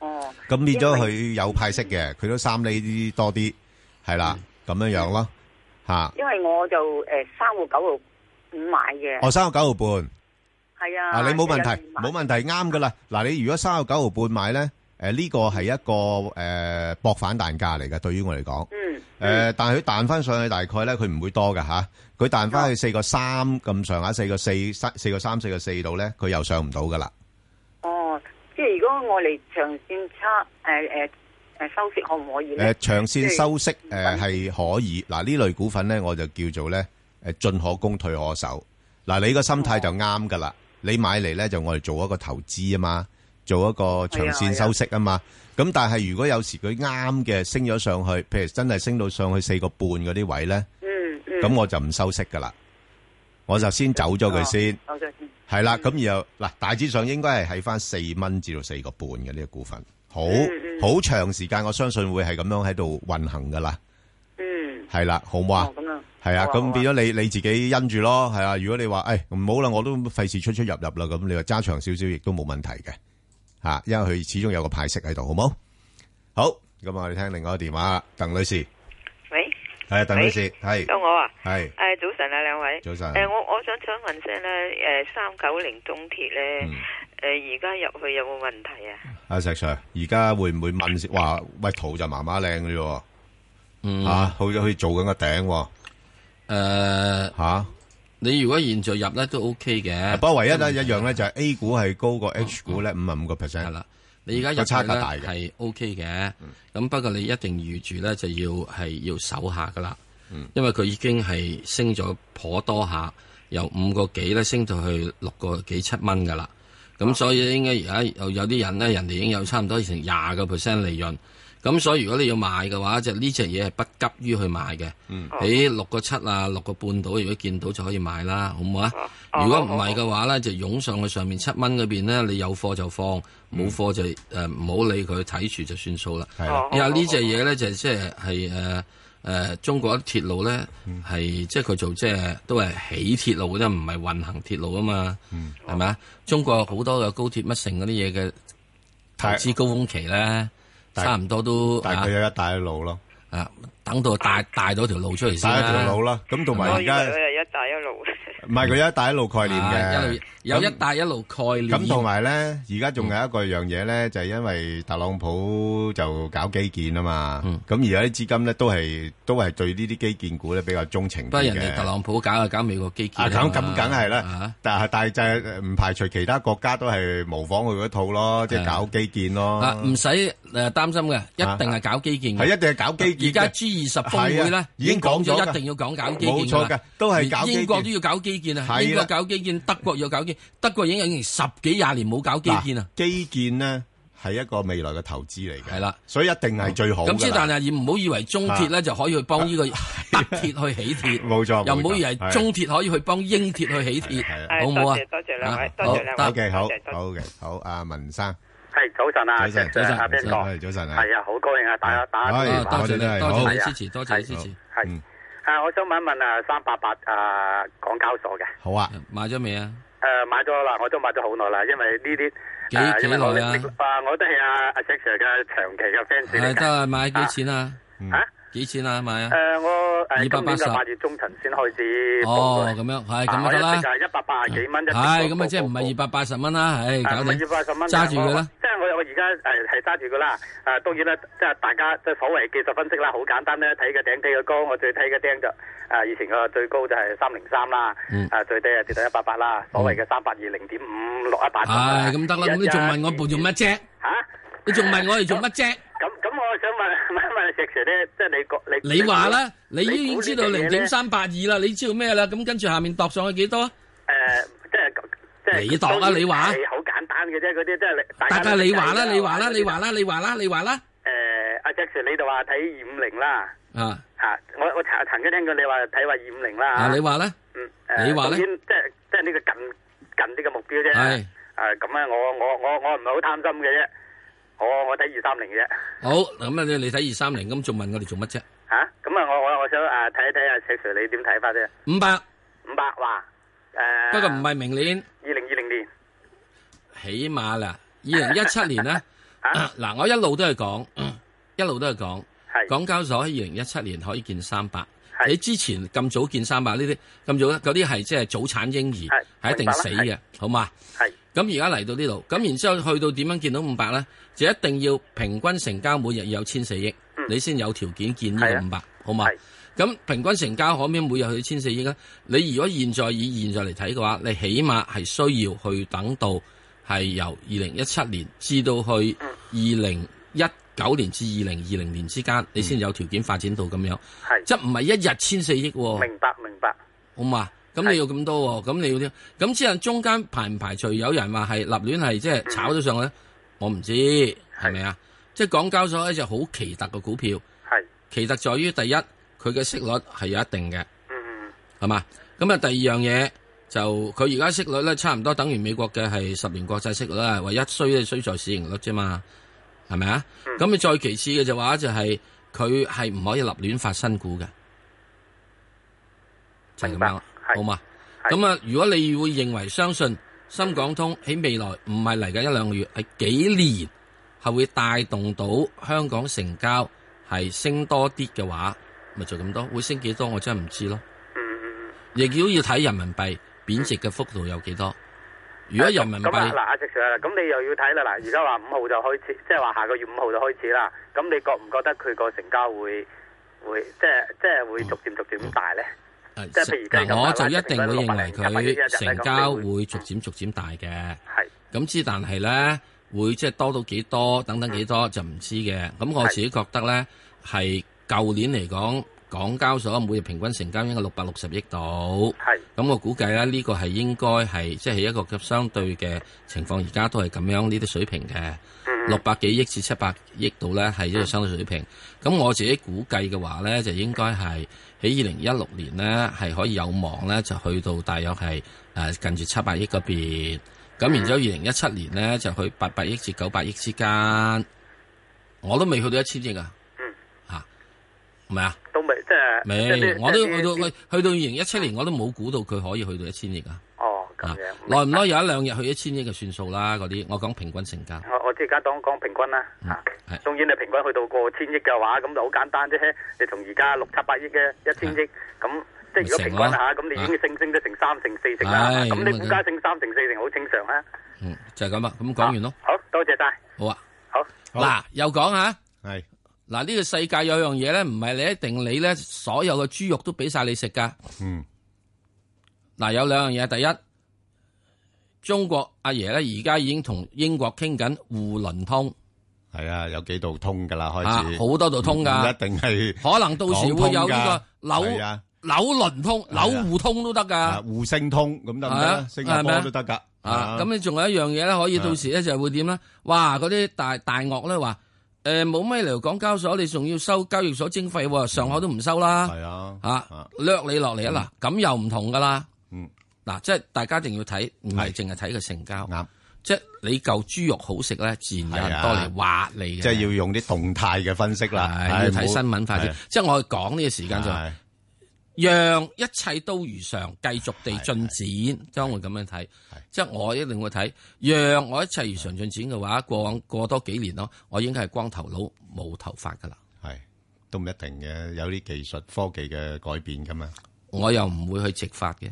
Speaker 6: 哦，
Speaker 3: 咁變咗佢有派息嘅，佢都三厘啲多啲，係啦，咁樣樣咯，吓。
Speaker 6: 因為我就诶三個九號五買嘅，
Speaker 3: 我三個九毫半，
Speaker 6: 係
Speaker 4: à,
Speaker 6: 啊，
Speaker 3: 啊，你冇問題，
Speaker 6: 有人買
Speaker 3: 冇問題，啱噶啦。嗱，你如果三個九毫半買咧，诶呢個係一個诶博反彈價嚟嘅，對於我嚟講。
Speaker 4: Ừ.
Speaker 6: 嗯
Speaker 3: 诶，但係佢彈翻上去大概咧，佢唔會多嘅吓，佢彈翻去四個三咁上下，四個四、三四個三、四個四度咧，佢又上唔到噶啦。
Speaker 6: 哦，即係如果我嚟長線差誒誒誒收息可唔可以咧？
Speaker 3: 诶，长线呃收息
Speaker 6: 嗯
Speaker 3: 诶系可以，嗱呢類股份咧，我就叫做咧诶进可攻退可守。嗱，你個心態就啱噶啦，你買嚟咧就我哋做一個投資啊嘛，做一個長線收息啊嘛。咁但係如果有時佢啱嘅升咗上去，譬如真係升到上去四個半嗰啲位咧，
Speaker 4: Ừ,
Speaker 6: 嗯嗯，
Speaker 3: 咁我就唔收息噶啦，我就先走咗
Speaker 4: Ờ,
Speaker 3: 佢先。
Speaker 6: 我就先
Speaker 3: 系啦，咁然後嗱，大致上應該係喺翻四蚊至到四個半嘅呢個股份，好
Speaker 6: 嗯嗯
Speaker 3: 好長時間，我相信會係咁樣喺度運行噶啦，
Speaker 4: Ừ.
Speaker 6: 嗯，
Speaker 3: 係啦，好唔好啊
Speaker 6: 哦？咁樣
Speaker 3: 係啊，
Speaker 6: 好啊好
Speaker 3: 咁
Speaker 6: 啊
Speaker 3: 變咗你你自己因住咯，係啊。如果你話诶唔好啦，我都費事出出入入啦，咁你話揸長少少亦都冇問題嘅吓，啊因為佢始終有個派息喺度，好唔好？好，咁我哋聽另外一個電話啦，鄧女士，
Speaker 7: 喂，
Speaker 3: 係啊，鄧女士，係
Speaker 7: 到我啊！
Speaker 3: 係
Speaker 7: 诶、早晨啊，兩位。
Speaker 3: 早晨
Speaker 7: 诶、我我想想問聲咧，诶、三九零中鐵咧
Speaker 3: 嗯，
Speaker 7: 诶、而家入去有冇問題啊？
Speaker 3: 阿石 Sir，而家會唔會問先話喂圖就麻麻靚嘅啫喎？
Speaker 2: 嗯
Speaker 3: 吓，好似好似做緊個頂喎
Speaker 2: 诶，
Speaker 3: 吓。
Speaker 2: 你如果現在入咧都 OK 嘅，
Speaker 3: 不過唯一咧一樣咧就係 A 股係高過 H 股咧五十五個
Speaker 2: 嗯係
Speaker 3: percent。
Speaker 2: 啦。你而家
Speaker 3: 嗯個
Speaker 2: 入
Speaker 3: 差
Speaker 2: 差
Speaker 3: 價大
Speaker 2: 價
Speaker 3: 嘅嗯
Speaker 2: 咧係 O K 嘅，咁不過你一定預住咧就要係要守下噶啦，
Speaker 3: 嗯
Speaker 2: 因為佢已經係升咗頗多下，由五個幾咧升到去六個幾七蚊噶啦，咁所以應該而家又有啲人咧，人哋已經有差唔多成廿個 percent 利潤，咁所以如果你要買嘅話，就呢只嘢係不急於去買嘅，
Speaker 7: 哦
Speaker 2: 喺六個七啊六個半到，如果見到就可以買啦，好唔好啊？
Speaker 7: 哦
Speaker 2: 如果唔係嘅話咧，就湧上去上面七蚊嗰邊咧，你有貨就放，冇貨就誒唔好理佢，睇住就算數啦。
Speaker 3: 係
Speaker 7: 哦
Speaker 3: 啦，
Speaker 2: 因為呢只嘢咧就即係係誒誒中國鐵路咧
Speaker 3: 嗯
Speaker 2: 係即係佢做即係都係起鐵路嘅啫，唔係運行鐵路啊嘛，
Speaker 3: 嗯
Speaker 2: 係咪啊？中國有好多嘅高鐵乜成嗰啲嘢嘅投資高峰期咧，
Speaker 3: 但
Speaker 2: 差唔多都
Speaker 3: 但係佢
Speaker 2: 啊
Speaker 3: 有一帶一路咯，
Speaker 2: 啊等到大大咗條路出嚟先
Speaker 3: 帶一
Speaker 2: 啦
Speaker 3: 條路啦。咁同埋
Speaker 7: 我
Speaker 3: 而
Speaker 7: 以為
Speaker 3: 家
Speaker 7: 佢係一帶一路。
Speaker 3: 唔係佢有一帶一路概念
Speaker 2: 啊一路
Speaker 3: 嘅。
Speaker 2: 有一
Speaker 3: 咁
Speaker 2: 帶一路概念。
Speaker 3: 咁同埋咧，而家仲
Speaker 2: 嗯
Speaker 3: 有一個樣嘢咧，就係因為特朗普就搞基建啊嘛。
Speaker 2: 嗯
Speaker 3: 咁而家啲資金咧都係都係對呢啲基建股咧比較鍾情
Speaker 2: 不過
Speaker 3: 啲
Speaker 2: 人哋特
Speaker 3: 嘅。
Speaker 2: 朗普搞啊，搞美國基建
Speaker 3: 啊，
Speaker 2: 啊
Speaker 3: 咁
Speaker 2: 嘛
Speaker 3: 咁梗係啦
Speaker 2: 啊，
Speaker 3: 但係但係就係唔排除其他國家都係模仿佢嗰套咯，即係搞基建咯。
Speaker 2: 啊，唔使誒擔心嘅，一定係搞基建嘅。
Speaker 3: 啊係一定係搞基
Speaker 2: 而
Speaker 3: 建嘅。
Speaker 2: 家 G 二十峰會
Speaker 3: 係
Speaker 2: 咧
Speaker 3: 啊，已經講咗
Speaker 2: 已經講一
Speaker 3: 㗎
Speaker 2: 定要講搞基建
Speaker 3: 冇
Speaker 2: 㗎
Speaker 3: 錯㗎都係搞基建
Speaker 2: 英國都要搞基建
Speaker 3: 係
Speaker 2: 啊，
Speaker 3: 啦
Speaker 2: 英國搞基建，德國要搞基建，德國已經已經十幾廿年冇搞基建啊。
Speaker 3: 嗱基建咧系一個未來嘅投資嚟嘅，
Speaker 2: 係啦
Speaker 3: 所以一定係最好㗎啦。
Speaker 2: 咁之但係你唔好以為中鐵咧就可以 去幫呢個德鐵去起鐵，
Speaker 3: 冇錯
Speaker 2: 又唔
Speaker 3: 冇
Speaker 2: 好
Speaker 3: 錯
Speaker 2: 以為中鐵可以去幫英鐵去起
Speaker 3: 係
Speaker 2: 鐵，
Speaker 7: 係
Speaker 2: 好唔好
Speaker 7: 多
Speaker 2: 啊
Speaker 7: 謝？多謝兩位
Speaker 2: 啊
Speaker 7: 多謝
Speaker 2: 好
Speaker 7: 兩位
Speaker 2: 得
Speaker 3: OK，好
Speaker 7: 多謝多謝
Speaker 3: 好嘅，好阿文生，
Speaker 8: 系早晨啊，
Speaker 3: 早晨
Speaker 8: 即係
Speaker 2: 早晨
Speaker 8: 阿 Ben
Speaker 2: 早
Speaker 8: 哥，
Speaker 3: 係早晨啊，
Speaker 8: 系啊，好高興啊，打打
Speaker 3: 係
Speaker 2: 啊
Speaker 8: 電
Speaker 2: 多
Speaker 8: 話
Speaker 2: 謝
Speaker 3: 我哋
Speaker 2: 你，
Speaker 3: 都係
Speaker 2: 多
Speaker 3: 好
Speaker 2: 謝你支持，多謝你支持。
Speaker 8: 係啊，我想問一問啊，三八八啊，港交所嘅，
Speaker 3: 好啊，
Speaker 2: 買咗未啊？
Speaker 8: 誒買咗啦，我都買咗好耐啦，因為呢啲
Speaker 2: 幾
Speaker 8: 誒因為我
Speaker 2: 幾耐啊
Speaker 8: 啊，我都係阿阿 Jack Sir 嘅長期嘅 fans
Speaker 2: 係
Speaker 8: 嚟
Speaker 2: 得
Speaker 8: 嘅。
Speaker 2: 啊，買幾錢啊？
Speaker 8: 啊
Speaker 2: 幾錢啊？買啊？
Speaker 8: 誒，我誒今年
Speaker 2: 280
Speaker 8: 嘅八月中旬先開始
Speaker 2: 哦，咁樣係咁就得啦。
Speaker 8: 係一百八十幾蚊一。
Speaker 2: 係咁啊，即係唔係二百八十蚊啦？唉，搞
Speaker 8: 啊唔
Speaker 2: 掂
Speaker 8: 係二百十蚊，
Speaker 2: 揸住佢啦。。
Speaker 8: 即係我我而家誒係揸住佢啦。啊，當然啦，即係大家即係所謂技術分析啦，好簡單咧，睇個頂睇個高。我最睇個頂就啊，以前個最高就係三零三啦，
Speaker 2: 嗯
Speaker 8: 啊最低啊跌到一百八啦，所謂嘅三百二零點五六一八。
Speaker 2: 唉，咁得啦，咁你仲問我部做乜啫？
Speaker 8: 嚇？
Speaker 2: 你仲問我哋做乜啫？
Speaker 8: 咁咁，我想問 問一問石 Sir 咧，即係你個你
Speaker 2: 你話啦，你
Speaker 8: 估
Speaker 2: 已經知道
Speaker 8: 呢隻
Speaker 2: 零
Speaker 8: 嘢呢
Speaker 2: 點三八二啦，你知道咩啦？咁跟住下面度上去幾多啊？
Speaker 8: 誒，呃即係即係
Speaker 2: 你度啊
Speaker 8: 當然
Speaker 2: 你話
Speaker 8: 係好簡單嘅啫，嗰啲即係你
Speaker 2: 大家你話啦，你話啦，你
Speaker 8: 誒
Speaker 2: 話啦，你話啦，你話啦，
Speaker 8: 阿石 Sir 你就話睇二五零啦。
Speaker 2: 啊
Speaker 8: 啊！我我曾曾經聽過你話睇話二五零啦，
Speaker 2: 啊，你話啦，
Speaker 8: 嗯誒
Speaker 2: 你話咧
Speaker 8: 當然即係即係呢個近近啲嘅目標啫。
Speaker 2: 係
Speaker 8: 啊咁啊！我我我我唔係好貪心嘅啫，我我睇二三零嘅啫。
Speaker 2: 好咁啊，你你睇二三零，咁仲問我哋做乜啫？
Speaker 8: 嚇咁啊！我我我想啊睇一睇啊石 Sir 你點睇法啫？
Speaker 2: 五百，
Speaker 8: 五百哇！誒
Speaker 2: 不過唔係明年。
Speaker 8: 二零二零年
Speaker 2: 起碼啦，二零一七年 咧，
Speaker 8: 啊
Speaker 2: 嗱，我一路都係講，一路都係講，
Speaker 8: 係
Speaker 2: 港交所喺二零一七年可以見三百。
Speaker 8: 係
Speaker 2: 你之前咁早見三百呢啲咁早呢，嗰啲係即係早產嬰兒，
Speaker 8: 係
Speaker 2: 係一定死
Speaker 8: 明白
Speaker 2: 嘅，好嘛？
Speaker 8: 係
Speaker 2: 咁而家嚟到呢度，咁然之後去到點樣見到五百咧？就一定要平均成交每日要有千四億。
Speaker 8: 嗯
Speaker 2: 你先有條件見呢
Speaker 8: 係
Speaker 2: 個
Speaker 8: 啊
Speaker 2: 五百，好嘛
Speaker 8: 係？
Speaker 2: 咁平均成交可唔可以每日去千四億啊？你如果現在以現在嚟睇嘅話，你起碼係需要去等到係由二零一七年至到去
Speaker 8: 嗯
Speaker 2: 二零一九年至二零二零年之間，你先有條件發展到咁樣，
Speaker 8: 係
Speaker 2: 即係唔係一日千四億喎？
Speaker 8: 明白明白，
Speaker 2: 好嘛？咁你要咁多喎，咁你要啲，咁之後中間排唔排除有人話係立亂係即係炒咗上去咧？我唔知係咪啊？即係港交所一隻好奇特嘅股票，
Speaker 8: 係，
Speaker 2: 奇特在於第一，佢嘅息率係有一定嘅，
Speaker 8: 嗯嗯
Speaker 2: 係嘛？咁啊，第二樣嘢就佢而家息率咧，差唔多等於美國嘅係十年國際息率啦，唯一衰係衰在市盈率啫嘛，係咪啊？
Speaker 8: 嗯
Speaker 2: 咁你再其次嘅就話就係佢係唔可以立亂發新股嘅，就係咁
Speaker 8: 明白
Speaker 2: 樣啦，
Speaker 8: 係
Speaker 2: 好嘛？
Speaker 8: 係
Speaker 2: 咁啊，如果你會認為相信深港通喺未來唔係嚟緊一兩個月，係幾年係會帶動到香港成交係升多啲嘅話，咪就咁多。會升幾多我真係唔知咯。
Speaker 8: 嗯嗯嗯，
Speaker 2: 亦都要睇人民幣貶值嘅幅度有幾多。如果人民
Speaker 8: 咁啊
Speaker 2: 幣
Speaker 8: 嗱，阿石 Sir 啦，咁你又要睇啦嗱，而家話五號就開始，即係話下個月五號就開始啦，咁你覺唔覺得佢個成交會會即係即係會逐漸逐漸咁大咧？
Speaker 2: 誒
Speaker 8: 即係譬如計咁
Speaker 2: 呃嗱，我
Speaker 8: 話
Speaker 2: 就一定會認為
Speaker 8: 100
Speaker 2: 佢成交會逐漸逐漸大嘅。
Speaker 8: 係
Speaker 2: 咁之但係咧，會即係多到幾多，等等幾多就唔知嘅。咁我自己覺得咧，係舊年嚟講，港交所每日平均成交應該六百六十億度。
Speaker 8: 係
Speaker 2: 咁我估計咧，呢、個係應該係即係一個相對嘅情況，而家都係咁樣呢啲水平嘅，六百幾億至七百億度咧係一個相對水平。咁我自己估計嘅話咧，就應該係喺二零一六年咧係可以有望咧就去到大約係誒、呃近住七百億嗰邊。咁然之後，二零一七年咧就去八百億至九百億之間，我都未去到一千億啊
Speaker 8: 嗯，
Speaker 2: 嚇係咪啊？
Speaker 8: 都未即係即係
Speaker 2: 未，
Speaker 8: 啲
Speaker 2: 我都
Speaker 8: 即
Speaker 2: 去
Speaker 8: 係啲
Speaker 2: 到喂，去到二零一七年，我都冇估到佢可以去到一千億啊！
Speaker 8: 哦咁
Speaker 2: 啊
Speaker 8: 樣，
Speaker 2: 耐唔耐有一兩日去一千億就算數啦，嗰啲我講平均成交。
Speaker 8: 我我即係而家當講平均啦，
Speaker 2: 嗯
Speaker 8: 嚇、
Speaker 2: 係
Speaker 8: 當然你平均去到過千億嘅話，咁就好簡單啫。你從而家六七百億嘅一千億，咁即係如
Speaker 2: 咪
Speaker 8: 果平均
Speaker 2: 成咯
Speaker 8: 下，咁你已經升升得成三成四成啦。
Speaker 2: 唉
Speaker 8: 咁
Speaker 2: 咁
Speaker 8: 你
Speaker 2: 啊
Speaker 8: 股價升三成四成好正常啊。
Speaker 2: 嗯，就係咁啊，咁講完咯，
Speaker 8: 好多謝晒。
Speaker 2: 好啊。
Speaker 8: 好
Speaker 3: 好
Speaker 2: 嗱，又講下，
Speaker 3: 係
Speaker 2: 嗱呢個世界有樣嘢咧，唔係你一定你咧所有嘅豬肉都俾晒你食噶。
Speaker 3: 嗯
Speaker 2: 嗱，有兩樣嘢，第一，中國阿爺咧而家已經同英國傾緊互聯通
Speaker 3: 係啊，有幾度通噶啦，開
Speaker 2: 啊
Speaker 3: 始，
Speaker 2: 好多度通
Speaker 3: 唔
Speaker 2: 噶
Speaker 3: 一，定係
Speaker 2: 可能到時會有呢個
Speaker 3: 港通
Speaker 2: 紐
Speaker 3: 㗎係啊
Speaker 2: 紐倫通、紐互通都得
Speaker 3: 啊
Speaker 2: 噶。
Speaker 3: 互星通咁得唔得
Speaker 2: 係啊
Speaker 3: 啊？新加
Speaker 2: 係咪啊
Speaker 3: 坡都得噶
Speaker 2: 啊，咁你仲有一樣嘢咧，可以到時咧就會點咧？哇！嗰啲大大鱷咧話，誒冇咩理由港交所，你仲要收交易所徵費喎，上海都唔收啦，
Speaker 3: 係啊
Speaker 2: 嚇
Speaker 3: 啊
Speaker 2: 掠你落嚟啊嗱，咁又唔同噶啦，
Speaker 3: 嗯
Speaker 2: 嗱，即係大家一定要睇，唔係
Speaker 3: 係
Speaker 2: 淨係睇個成交，
Speaker 3: 啱，
Speaker 2: 即係你嚿豬肉好食咧，自然有
Speaker 3: 係
Speaker 2: 人
Speaker 3: 啊
Speaker 2: 多嚟挖你嘅，
Speaker 3: 即係要用啲動態嘅分析啦，
Speaker 2: 係
Speaker 3: 唉
Speaker 2: 要睇新聞快
Speaker 3: 冇
Speaker 2: 啲
Speaker 3: 係，
Speaker 2: 即係我講呢個時間就係。
Speaker 3: 係
Speaker 2: 讓一切都如常，繼續地進展，將會咁樣睇。即係我一定會睇，讓我一切如常進展嘅話，過往過多幾年咯，我應該係光頭佬冇頭髮噶啦。
Speaker 3: 係都唔一定嘅，有啲技術科技嘅改變噶嘛，
Speaker 2: 我又唔會去直髮嘅，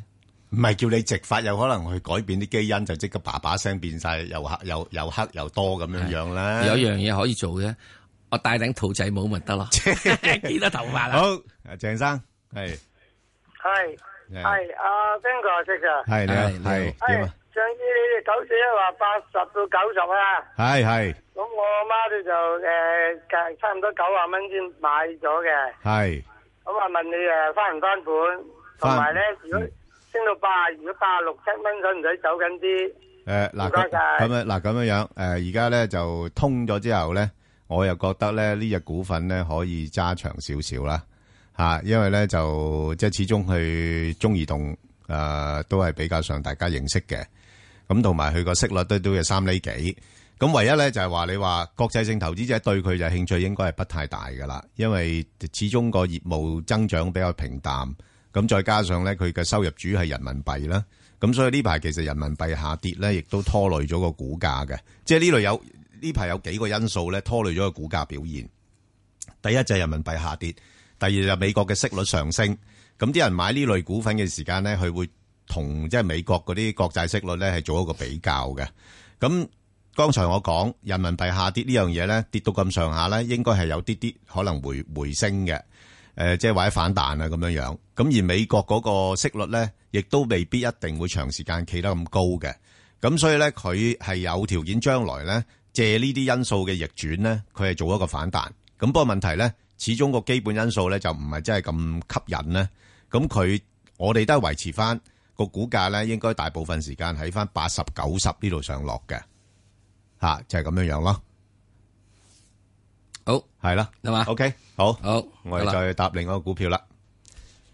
Speaker 3: 唔係叫你直髮，有可能去改變啲基因，就即刻叭叭聲變晒又黑又又黑又多咁樣樣啦。
Speaker 2: 有一樣嘢可以做嘅，我戴頂兔仔帽咪得 咯。 幾多頭髮啦？
Speaker 3: 好，阿鄭生係
Speaker 9: 系
Speaker 3: 係
Speaker 9: 系阿边个识啊？
Speaker 3: 係你好
Speaker 2: 係你好
Speaker 3: 係
Speaker 9: 系
Speaker 3: 點啊？
Speaker 9: 上次你哋九四一话八十到九十啊，
Speaker 3: 係係
Speaker 9: 咁我阿妈咧就诶、呃、差唔多九啊蚊先买咗嘅，
Speaker 3: 係
Speaker 9: 咁啊问你诶翻唔翻本，同埋咧如
Speaker 3: 嗯
Speaker 9: 果升到八，如果八六七蚊使唔使走緊啲？
Speaker 3: 誒嗱
Speaker 9: 唔該
Speaker 3: 咁
Speaker 9: 晒
Speaker 3: 咁樣嗱咁樣樣誒，而家咧就通咗之後咧，我又覺得咧呢只股份咧可以揸長少少啦嚇，因為咧就即係始終去中移動誒都係比較上大家認識嘅。咁同埋佢個息率都都有三厘幾。咁唯一咧就係話你話國際性投資者對佢就興趣應該係不太大㗎啦，因為始終個業務增長比較平淡，咁再加上咧佢嘅收入主要係人民幣啦，咁所以呢排其實人民幣下跌咧，亦都拖累咗個股價嘅，即係呢類有呢排有幾個因素咧拖累咗個股價表現。第一就係人民幣下跌，第二就係美國嘅息率上升。咁啲人買呢類股份嘅時間咧，佢會同即係美國嗰啲國債息率咧係做一個比較嘅。咁剛才我講人民幣下跌呢樣嘢咧，跌到咁上下咧，應該係有啲啲可能回回升嘅，誒、呃即係或者反彈啊咁樣樣。咁而美國嗰個息率咧，亦都未必一定會長時間企得咁高嘅。咁所以咧，佢係有條件將來咧，借呢啲因素嘅逆轉咧，佢係做一個反彈。咁不過問題咧，始終個基本因素咧就唔係真係咁吸引咧。咁佢我哋都係維持翻個股價咧，應該大部分時間喺翻八十九十呢度上落嘅。吓、就係咁樣樣咯，
Speaker 2: 好
Speaker 3: 係啦，
Speaker 2: 係嘛
Speaker 3: o k 好，
Speaker 2: 好，
Speaker 3: 我
Speaker 2: 好
Speaker 3: 哋
Speaker 2: 啦
Speaker 3: 再答另外一個股票啦。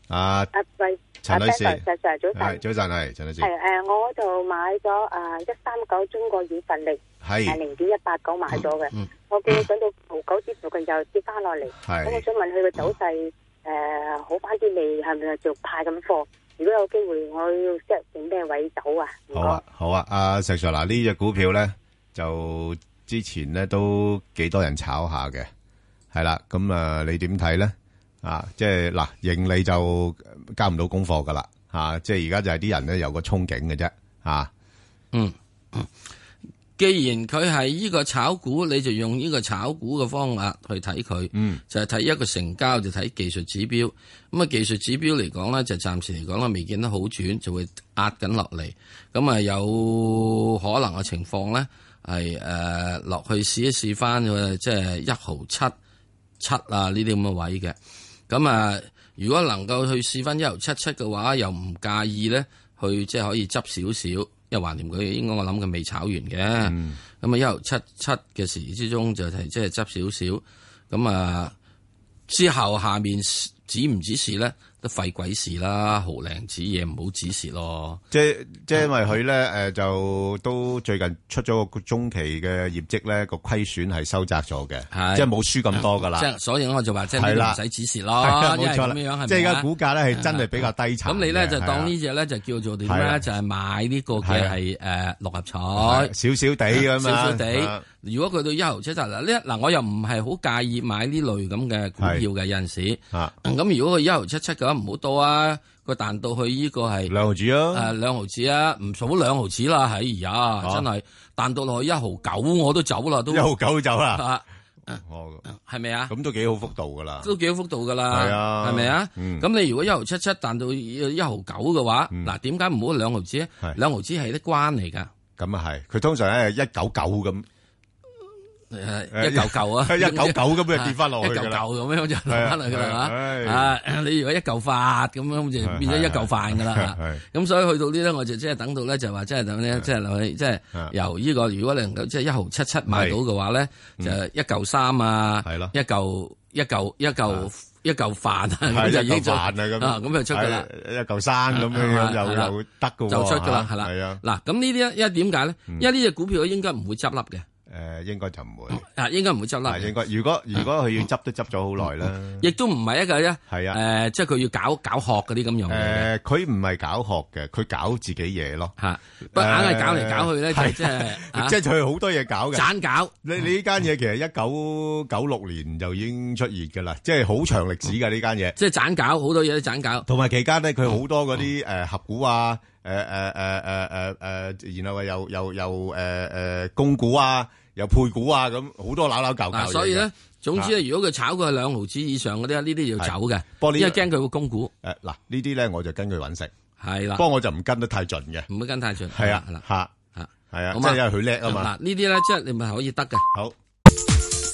Speaker 3: 啊，
Speaker 10: 阿喂，
Speaker 3: 陳
Speaker 10: 阿
Speaker 3: 女
Speaker 10: Ben
Speaker 3: 士
Speaker 10: Sir，Sir，Sir，早晨。
Speaker 3: 係早晨，係陳女士
Speaker 10: 係，誒，我就買咗啊一三九中國軟份力，係
Speaker 3: 係
Speaker 10: 零點一八九買咗嘅。我見佢到九九之附近又跌翻落嚟，
Speaker 3: 嗯係
Speaker 10: 咁我想問佢個走勢誒好翻啲未？係咪就派緊貨？如果有機會，我要即係定咩位走啊？唔該
Speaker 3: 好啊，，好啊，阿石 Sir 嗱，呢只股票咧就之前咧都幾多人炒下嘅，係啦，咁啊，你點睇咧？啊，即係嗱，盈利就交唔到功課噶啦，啊，即係而家就係啲人咧有個憧憬嘅啫，啊，
Speaker 2: 嗯，既然佢係呢個炒股，你就用呢個炒股嘅方法去睇佢，
Speaker 3: 嗯，
Speaker 2: 就係睇一個成交，就睇技術指標。咁啊，技術指標嚟講咧，就暫時嚟講咧未見得好轉，就會壓緊落嚟。咁啊，有可能嘅情況咧係誒落去試一試翻佢，即係一毫七七啊呢啲咁嘅位嘅。咁啊，如果能夠去試翻一毫七七嘅話，又唔介意咧，去即係可以執少少，因為橫掂佢應該我諗佢未炒完嘅。
Speaker 3: 嗯
Speaker 2: 咁啊，一毫七七嘅時之中就係即係執少少。咁啊，之後下面指唔指示咧，都費鬼事啦，毫零子嘢唔好指示咯。
Speaker 3: 即即
Speaker 10: 嗯
Speaker 3: 係因為佢咧誒就都最近出咗個中期嘅業績咧，個虧損係收窄咗嘅，
Speaker 2: 係啊
Speaker 3: 即係冇輸咁多噶啦
Speaker 2: 即。係所以我就話即係
Speaker 3: 啊係
Speaker 2: 呢
Speaker 3: 啦
Speaker 2: 啲唔使指示
Speaker 3: 係
Speaker 2: 咯
Speaker 3: 啊，
Speaker 2: 因
Speaker 3: 冇
Speaker 2: 為
Speaker 3: 錯
Speaker 2: 咁樣
Speaker 3: 啦
Speaker 2: 係咪啊
Speaker 3: 即係而家股價咧係真係比較低殘嘅。
Speaker 2: 咁你咧就當
Speaker 3: 係
Speaker 2: 呢
Speaker 3: 啊
Speaker 2: 只咧就叫做點
Speaker 3: 係啊
Speaker 2: 咧，就係買呢個
Speaker 3: 係
Speaker 2: 嘅
Speaker 3: 啊
Speaker 2: 係誒六合彩，
Speaker 3: 係少 少地咁
Speaker 2: 少少
Speaker 3: 啊
Speaker 2: 地。如果佢到一毫七就嗱呢嗱，我又唔係好介意買呢類咁嘅股票嘅有陣時。
Speaker 3: 啊，
Speaker 2: 咁如果佢一毫七七嘅話，唔好多啊，佢彈到去呢個係
Speaker 3: 兩毫子
Speaker 2: 誒
Speaker 3: 啊，
Speaker 2: 兩毫子啊，唔數兩毫子啦，哎呀，真係彈到落去一毫九我都走啦，都
Speaker 3: 一毫九走啦。
Speaker 2: 啊，
Speaker 3: 哦，
Speaker 2: 係咪啊？
Speaker 3: 咁都幾好幅度噶啦。
Speaker 2: 都幾好幅度噶啦，
Speaker 3: 係啊
Speaker 2: 係咪啊？
Speaker 3: 嗯
Speaker 2: 咁你如果一毫七七彈到一毫九嘅話，
Speaker 3: 嗯
Speaker 2: 嗱點解唔好兩毫子咧
Speaker 3: 係？
Speaker 2: 兩毫子係啲關嚟㗎，
Speaker 3: 咁啊係，佢通常咧一九九 咁，
Speaker 2: 誒一嚿嚿啊，
Speaker 3: 一九九咁就跌翻落去
Speaker 2: 一嚿嚿
Speaker 3: 㗎啦。
Speaker 2: 咁樣就落翻嚟㗎啦
Speaker 3: 係
Speaker 2: 嘛。
Speaker 3: 啊
Speaker 2: 啊，你如果一嚿發咁樣就變咗一嚿飯㗎啦。
Speaker 3: 係
Speaker 2: 咁所以去到呢咧，我就即係等到咧，就話即係等咧，即係落去，即係
Speaker 3: 啊
Speaker 2: 由呢個，如果你能夠即係一毫七七買到嘅話咧，就一嚿三啊，
Speaker 3: 係咯
Speaker 2: 一嚿一嚿一嚿一嚿飯啊，咁
Speaker 3: 係
Speaker 2: 就
Speaker 3: 一
Speaker 2: 已
Speaker 3: 嚿
Speaker 2: 經
Speaker 3: 飯
Speaker 2: 就
Speaker 3: 啊咁。
Speaker 2: 啊，咁就出㗎啦，
Speaker 3: 係一嚿山咁樣
Speaker 2: 係係
Speaker 3: 樣
Speaker 2: 啦
Speaker 3: 又又得㗎喎。
Speaker 2: 就出㗎啦，
Speaker 3: 嚇
Speaker 2: 係啦，
Speaker 3: 係啊，
Speaker 2: 嗱，咁呢啲因為點解咧？因為呢只股票應該唔會執笠嘅，
Speaker 3: 誒應該就唔會。
Speaker 2: 啊，應該唔會執笠
Speaker 3: 嗱，
Speaker 2: 嘅
Speaker 3: 應該如果如果佢要執都執咗好耐啦。
Speaker 2: 亦都唔係一個咧，
Speaker 3: 係啊
Speaker 2: 誒，即係佢要搞搞學嗰啲咁樣嘅，
Speaker 3: 誒，佢唔係搞學嘅，佢搞自己嘢咯。
Speaker 2: 嚇，不過硬係搞嚟搞去咧，就
Speaker 3: 係
Speaker 2: 即 係
Speaker 3: 即
Speaker 2: 即
Speaker 3: 係佢好多嘢搞嘅。
Speaker 2: 盞搞。
Speaker 3: 你你呢間嘢其實一九九六年就已經出現㗎啦，即係好長歷史㗎呢間嘢。
Speaker 2: 即係斬搞，好多嘢都斬搞。
Speaker 3: 同埋期間咧，佢好多嗰啲誒
Speaker 2: 嗯
Speaker 3: 合股啊，誒誒誒誒誒誒，然後又又又誒誒供股啊，又配股啊，咁好多扭扭搞
Speaker 2: 嗱，
Speaker 3: 搞嘢嘅
Speaker 2: 啊
Speaker 3: 啊
Speaker 2: 所以咧，總之咧，如果佢炒過兩毫子以上嗰啲，呢啲要走嘅，
Speaker 3: 不過呢
Speaker 2: 因為驚佢會供股。
Speaker 3: 誒嗱呢啲咧，我就跟佢揾食，
Speaker 2: 係啦
Speaker 3: 不，過我就唔跟得太盡嘅，
Speaker 2: 唔好跟太盡。
Speaker 3: 係啊
Speaker 2: 啊係啦，
Speaker 3: 嚇
Speaker 2: 嚇
Speaker 3: 係啊，
Speaker 2: 好
Speaker 3: 即
Speaker 2: 嘛
Speaker 3: 係因為佢叻啊
Speaker 2: 嗱，
Speaker 3: 嘛，
Speaker 2: 呢啲咧即係你咪可以得嘅。
Speaker 3: 好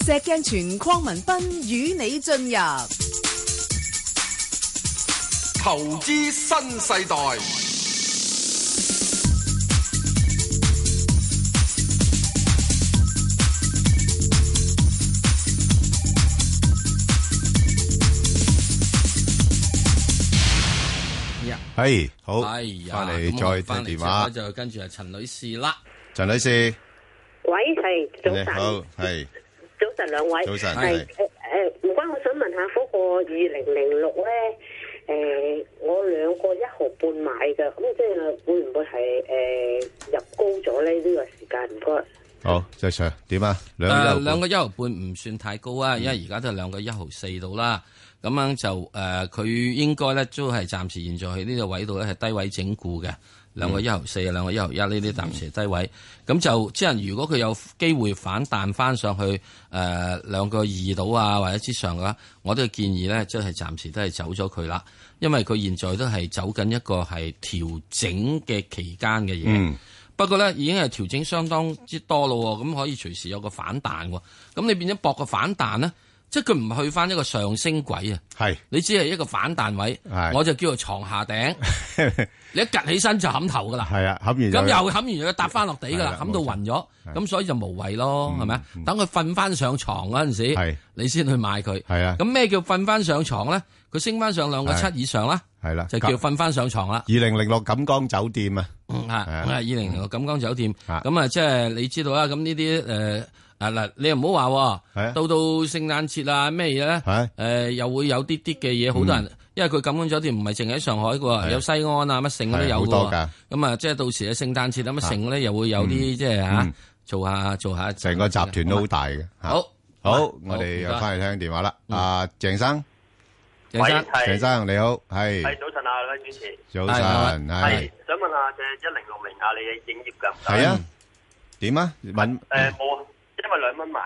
Speaker 1: 石鏡泉匡文斌與你進入
Speaker 5: 投資新世代，
Speaker 3: 係好，
Speaker 2: 哎
Speaker 3: 翻
Speaker 2: 呀，
Speaker 3: 嚟
Speaker 2: 咁我
Speaker 3: 再
Speaker 2: 翻嚟
Speaker 3: 聽
Speaker 2: 之
Speaker 3: 電話
Speaker 2: 後，就跟住係陳女士啦。
Speaker 3: 陳女士
Speaker 10: 喂，係早
Speaker 3: 你
Speaker 10: 晨，
Speaker 3: 好，係
Speaker 10: 早晨兩位，
Speaker 3: 早晨
Speaker 10: 係誒誒，
Speaker 3: 係
Speaker 10: 唔該，我想問下嗰個二零零六咧，誒，我兩個一毫半買嘅，咁即係會唔會係誒入高咗咧？呢個時間唔該。
Speaker 3: 好，石 Sir 點啊？兩
Speaker 2: 誒
Speaker 3: 個一毫半嗯
Speaker 2: 兩個一毫半唔算太高啊，因為而家都係兩個一毫四到啦。咁樣就誒，呃佢、應該咧都係暫時現在喺呢個位度咧係低位整固嘅，兩個一毫
Speaker 3: 嗯
Speaker 2: 四啊，兩個一毫一呢啲暫時係低位。咁就即係如果佢有機會反彈翻上去誒、呃、兩個二度啊或者之上嘅話，我都建議咧即係暫時都係走咗佢啦，因為佢現在都係走緊一個係調整嘅期間嘅嘢。
Speaker 11: 嗯
Speaker 2: 不過咧，已經係調整相當之多咯喎，咁可以隨時有個反彈喎。咁你變咗搏個反彈咧，即係佢唔去翻一個上升軌啊。
Speaker 3: 係，
Speaker 2: 你只係一個反彈位，我就叫做床下 頂。你一趌起身就冚頭噶啦。
Speaker 3: 係啊冚完就
Speaker 2: 咁又冚完又搭翻落地噶啦，
Speaker 3: 係啦嗯
Speaker 2: 冚到暈咗。
Speaker 3: 冇錯
Speaker 2: 咁所以就無謂咯，係咪啊？等佢瞓翻上床嗰陣時，你先去買佢。
Speaker 3: 係啊
Speaker 2: 咁咩叫瞓翻上床咧？佢升翻上兩個七
Speaker 3: 係
Speaker 2: 以上啦，
Speaker 3: 係啦
Speaker 2: 就叫瞓翻上床啦。
Speaker 3: 2006錦江酒店啊。
Speaker 2: 啊，
Speaker 3: 係啊。
Speaker 2: 咁啊，二零零六錦江酒店，咁啊，即係你知道啦，咁呢啲誒啊嗱，你又唔好話
Speaker 3: 係啊
Speaker 2: 喎，到到聖誕節啊咩嘢咧
Speaker 3: 係，
Speaker 2: 誒又會有啲啲嘅嘢，好多人，因為佢錦江酒店唔係淨喺上海嘅
Speaker 3: 嗯啊
Speaker 2: 喎，有西安啊乜城都
Speaker 3: 係
Speaker 2: 有
Speaker 3: 好多
Speaker 2: 㗎
Speaker 3: 㗎
Speaker 2: 喎，咁啊，即係到時嘅聖誕節啊乜城咧又會有
Speaker 3: 嗯
Speaker 2: 啲即係嚇
Speaker 3: 嗯
Speaker 2: 做下做下，啊
Speaker 3: 成個集團都好啊大嘅。嚇
Speaker 2: 好
Speaker 3: 好，
Speaker 2: 好
Speaker 3: 我哋
Speaker 2: 唔
Speaker 3: 又
Speaker 2: 該
Speaker 3: 翻嚟聽電話啦。阿鄭生，
Speaker 2: 鄭生
Speaker 3: 鄭生你好，係
Speaker 12: 系早晨啊，兩位主持。
Speaker 3: 早晨，嗯係
Speaker 12: 系想問下隻一零六零啊，你嘅營業㗎唔該？
Speaker 3: 係
Speaker 8: Ừ.
Speaker 3: 啊，點啊？問
Speaker 12: 誒冇，啊因為兩蚊買㗎。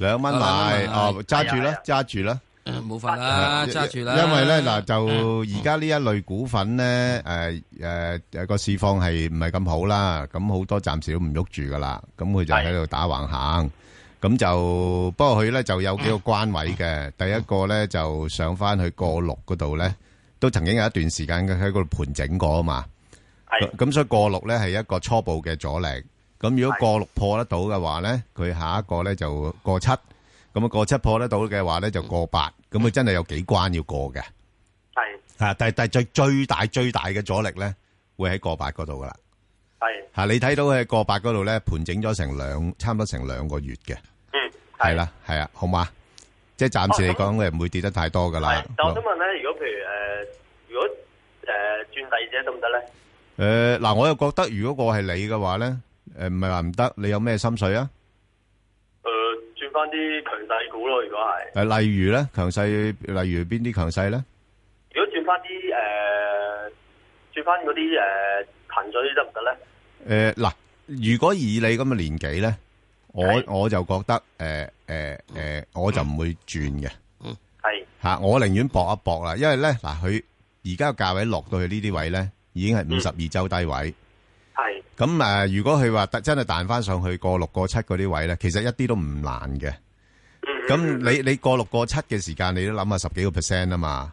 Speaker 3: 兩蚊
Speaker 2: 兩
Speaker 3: 買
Speaker 2: 蚊買
Speaker 3: 哦，揸住啦
Speaker 2: 係啊，
Speaker 3: 揸住啦。
Speaker 2: 冇法啦，
Speaker 3: 係啊
Speaker 2: 揸住啦，
Speaker 3: 因為咧嗱，就而家呢一類股份咧，誒誒誒個市況係唔係咁好啦，咁好多暫時都唔喐住噶啦，咁佢就喺度打橫行，咁就不過佢咧就有幾個關位嘅，第一個咧就上翻去過六嗰度咧，都曾經有一段時間喺嗰度盤整過啊嘛，咁咁所以過六咧係一個初步嘅阻力，咁如果過六破得到嘅話咧，佢下一個咧就過七。咁啊過七破得到嘅話咧就過八，咁佢真係有幾關要過嘅。
Speaker 12: 係
Speaker 3: 啊，但係但係最最大最大嘅阻力咧，會喺過八嗰度噶啦。
Speaker 12: 係
Speaker 3: 吓，你睇到佢喺過八嗰度咧盤整咗成兩，差唔多成兩個月嘅。
Speaker 12: 嗯，
Speaker 3: 係啦，係啊，好嘛？即係暫時嚟講，佢唔會跌得太多噶啦。
Speaker 12: 但我想問咧，如果譬如誒，如果誒轉第二隻得唔得咧？
Speaker 3: 誒，嗱，我又覺得如果我係你嘅話咧，誒，唔係話唔得，你有咩心水啊？
Speaker 12: 誒，轉翻啲強勢股咯，如果係。
Speaker 3: 誒，例如咧強勢，例如邊啲強勢咧？
Speaker 12: 如果轉翻啲誒，轉翻嗰啲誒騰訊啲得唔得咧？
Speaker 3: 诶，呃嗱、如果以你咁嘅年紀咧，我我就覺得呃诶诶诶，誒我就唔會轉嘅
Speaker 12: 係
Speaker 3: 吓、嚇我寧願搏一搏啦，因為咧嗱，佢而家個價位落到去呢啲位咧，已經係五十二周低位。
Speaker 12: 係
Speaker 3: 咁誒、呃如果佢話突真係彈翻上去過六過七嗰啲位咧，其實一啲都唔難嘅。
Speaker 12: 嗯
Speaker 3: 咁你你過六過七嘅時間，你都諗下十幾個 percent 啊嘛。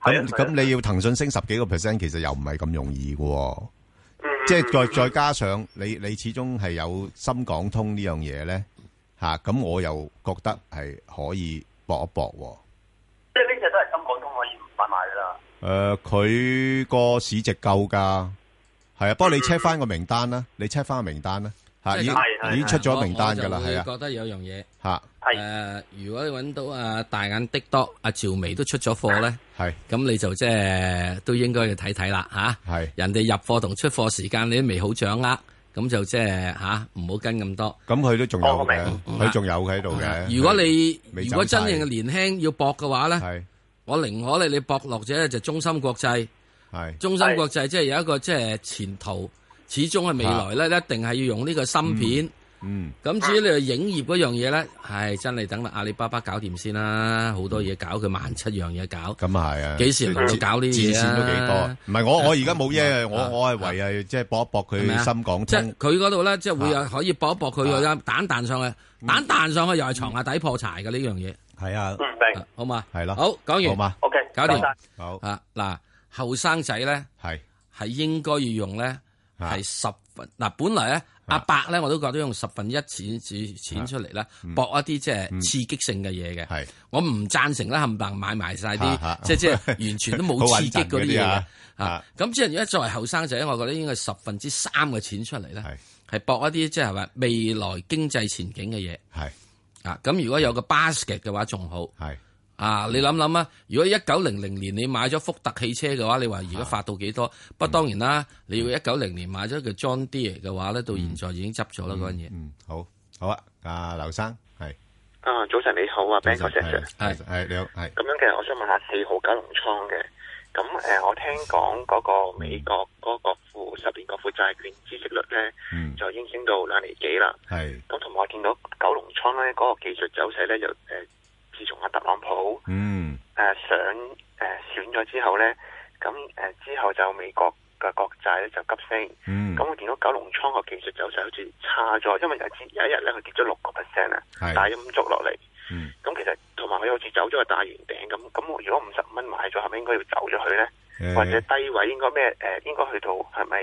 Speaker 3: 咁咁你要騰訊升十幾個 percent，其實又唔係咁容易嘅喎。即係再再加上你你始終係有深港通呢樣嘢咧嚇，咁、我又覺得係可以搏一搏喎、
Speaker 12: 即係呢隻都係深港通可以唔買賣㗎啦。
Speaker 3: 誒、佢個市值夠㗎，係啊。不過你 check 翻個名單啦，你 check 翻個名單啦，嚇已
Speaker 2: 即係
Speaker 3: 經
Speaker 2: 咁
Speaker 3: 已經出咗名單㗎
Speaker 2: 我
Speaker 3: 啦，
Speaker 2: 我就會
Speaker 3: 係啊，
Speaker 2: 覺得有樣嘢。
Speaker 3: 嚇
Speaker 2: 誒，如果你揾到啊大眼的多阿趙薇都出咗貨咧，
Speaker 3: 係
Speaker 2: 咁你就即係都應該要睇睇啦嚇。
Speaker 3: 係
Speaker 2: 人哋入貨同出貨時間你都未好掌握，咁就即係嚇唔好跟咁多。
Speaker 3: 咁佢都仲有嘅，佢仲有喺度嘅。
Speaker 2: 如果你
Speaker 3: 未
Speaker 2: 如果
Speaker 3: 走
Speaker 2: 真
Speaker 3: 晒
Speaker 2: 正嘅年輕要搏嘅話咧，我寧可你你搏落者就中心國際，
Speaker 3: 係
Speaker 2: 中心國際即係有一個即係前途，始終係未來咧，一定係要用呢個芯片。
Speaker 3: 嗯，
Speaker 2: 咁至於你話影業嗰樣嘢咧，係真係等阿阿里巴巴搞掂先啦，好多嘢搞，佢萬七樣嘢搞。
Speaker 3: 咁啊係啊，
Speaker 2: 幾時輪到
Speaker 3: 自
Speaker 2: 搞呢啲嘢
Speaker 3: 自
Speaker 2: 啊
Speaker 3: 線都幾多？唔係我我而家冇嘢，我我係唯係即係搏一搏
Speaker 2: 係咪
Speaker 3: 佢
Speaker 2: 啊
Speaker 3: 深港
Speaker 2: 即
Speaker 3: 通啊
Speaker 2: 係。佢嗰度咧，即係會有可以搏一搏佢有蛋彈上
Speaker 3: 嗯
Speaker 2: 去，蛋彈上去又係床下底破柴嘅呢樣嘢。
Speaker 3: 係啊，
Speaker 12: 嗯
Speaker 2: 明好嘛？
Speaker 3: 係啦，
Speaker 2: 好講
Speaker 3: 好
Speaker 2: 完
Speaker 3: 嘛
Speaker 12: ，OK，
Speaker 2: 搞掂。
Speaker 3: 好
Speaker 2: 啊嗱，後生仔咧
Speaker 3: 係
Speaker 2: 係應該要用咧
Speaker 3: 啊
Speaker 2: 係十分嗱，本來咧阿伯咧我都覺得用十分一錢錢
Speaker 3: 啊
Speaker 2: 錢出嚟咧
Speaker 13: 嗯
Speaker 2: 搏一啲即係刺激性嘅嘢嘅。
Speaker 3: 係
Speaker 2: 我唔贊成咧冚唪唥買埋晒
Speaker 13: 嚇
Speaker 2: 啲即係即係 完全都
Speaker 13: 好
Speaker 2: 冇
Speaker 13: 穩
Speaker 2: 刺激
Speaker 13: 陣
Speaker 2: 嗰
Speaker 13: 嗰
Speaker 2: 啲
Speaker 13: 啲
Speaker 2: 嘢嘅
Speaker 13: 啊。
Speaker 2: 啊，咁即係如果作為後生仔，我覺得應該十分之三嘅錢出嚟咧，係搏一啲即係話未來經濟前景嘅嘢。
Speaker 3: 係
Speaker 2: 啊，咁如果有個 basket 嘅話，仲好。
Speaker 3: 係
Speaker 2: 啊，你諗諗啊，如果一九零零年你買咗福特汽車嘅話，你話而家發到幾多？不過當然啦，你要一九零年買咗個 John
Speaker 13: 嗯
Speaker 2: Deere 嘅話咧，到現在已經執咗啦嗰樣嘢。
Speaker 3: 嗯，好，好啊，阿劉生係。
Speaker 12: 誒、
Speaker 8: 啊，早晨你好啊，Ben 哥 Sir。
Speaker 3: 系系你好，系
Speaker 8: 咁樣嘅，我想問下四號九龍倉嘅。咁誒、呃我聽講嗰個美國嗰個負十年國負債券孳息率咧，就已經升到兩厘幾啦。
Speaker 3: 系
Speaker 8: 咁同埋我見到九龍倉咧嗰、個技術走勢咧，就誒、呃自從阿特朗普
Speaker 3: 嗯
Speaker 8: 誒、呃上誒、呃、選咗之後咧，咁誒、呃之後就美國嘅國債咧就急升。
Speaker 3: 嗯
Speaker 8: 咁我見到九龍倉個技術走勢好似差咗，因為有一次有一日咧佢跌咗六個 percent 啊，
Speaker 3: 係
Speaker 8: 大陰燭落嚟。
Speaker 3: 嗯
Speaker 8: 咁其實同埋佢好似走咗個大圓頂咁，咁我如果五十蚊買咗，係咪應該要走咗佢咧？
Speaker 3: 誒
Speaker 8: 或者低位應該咩？誒、應該去到係咪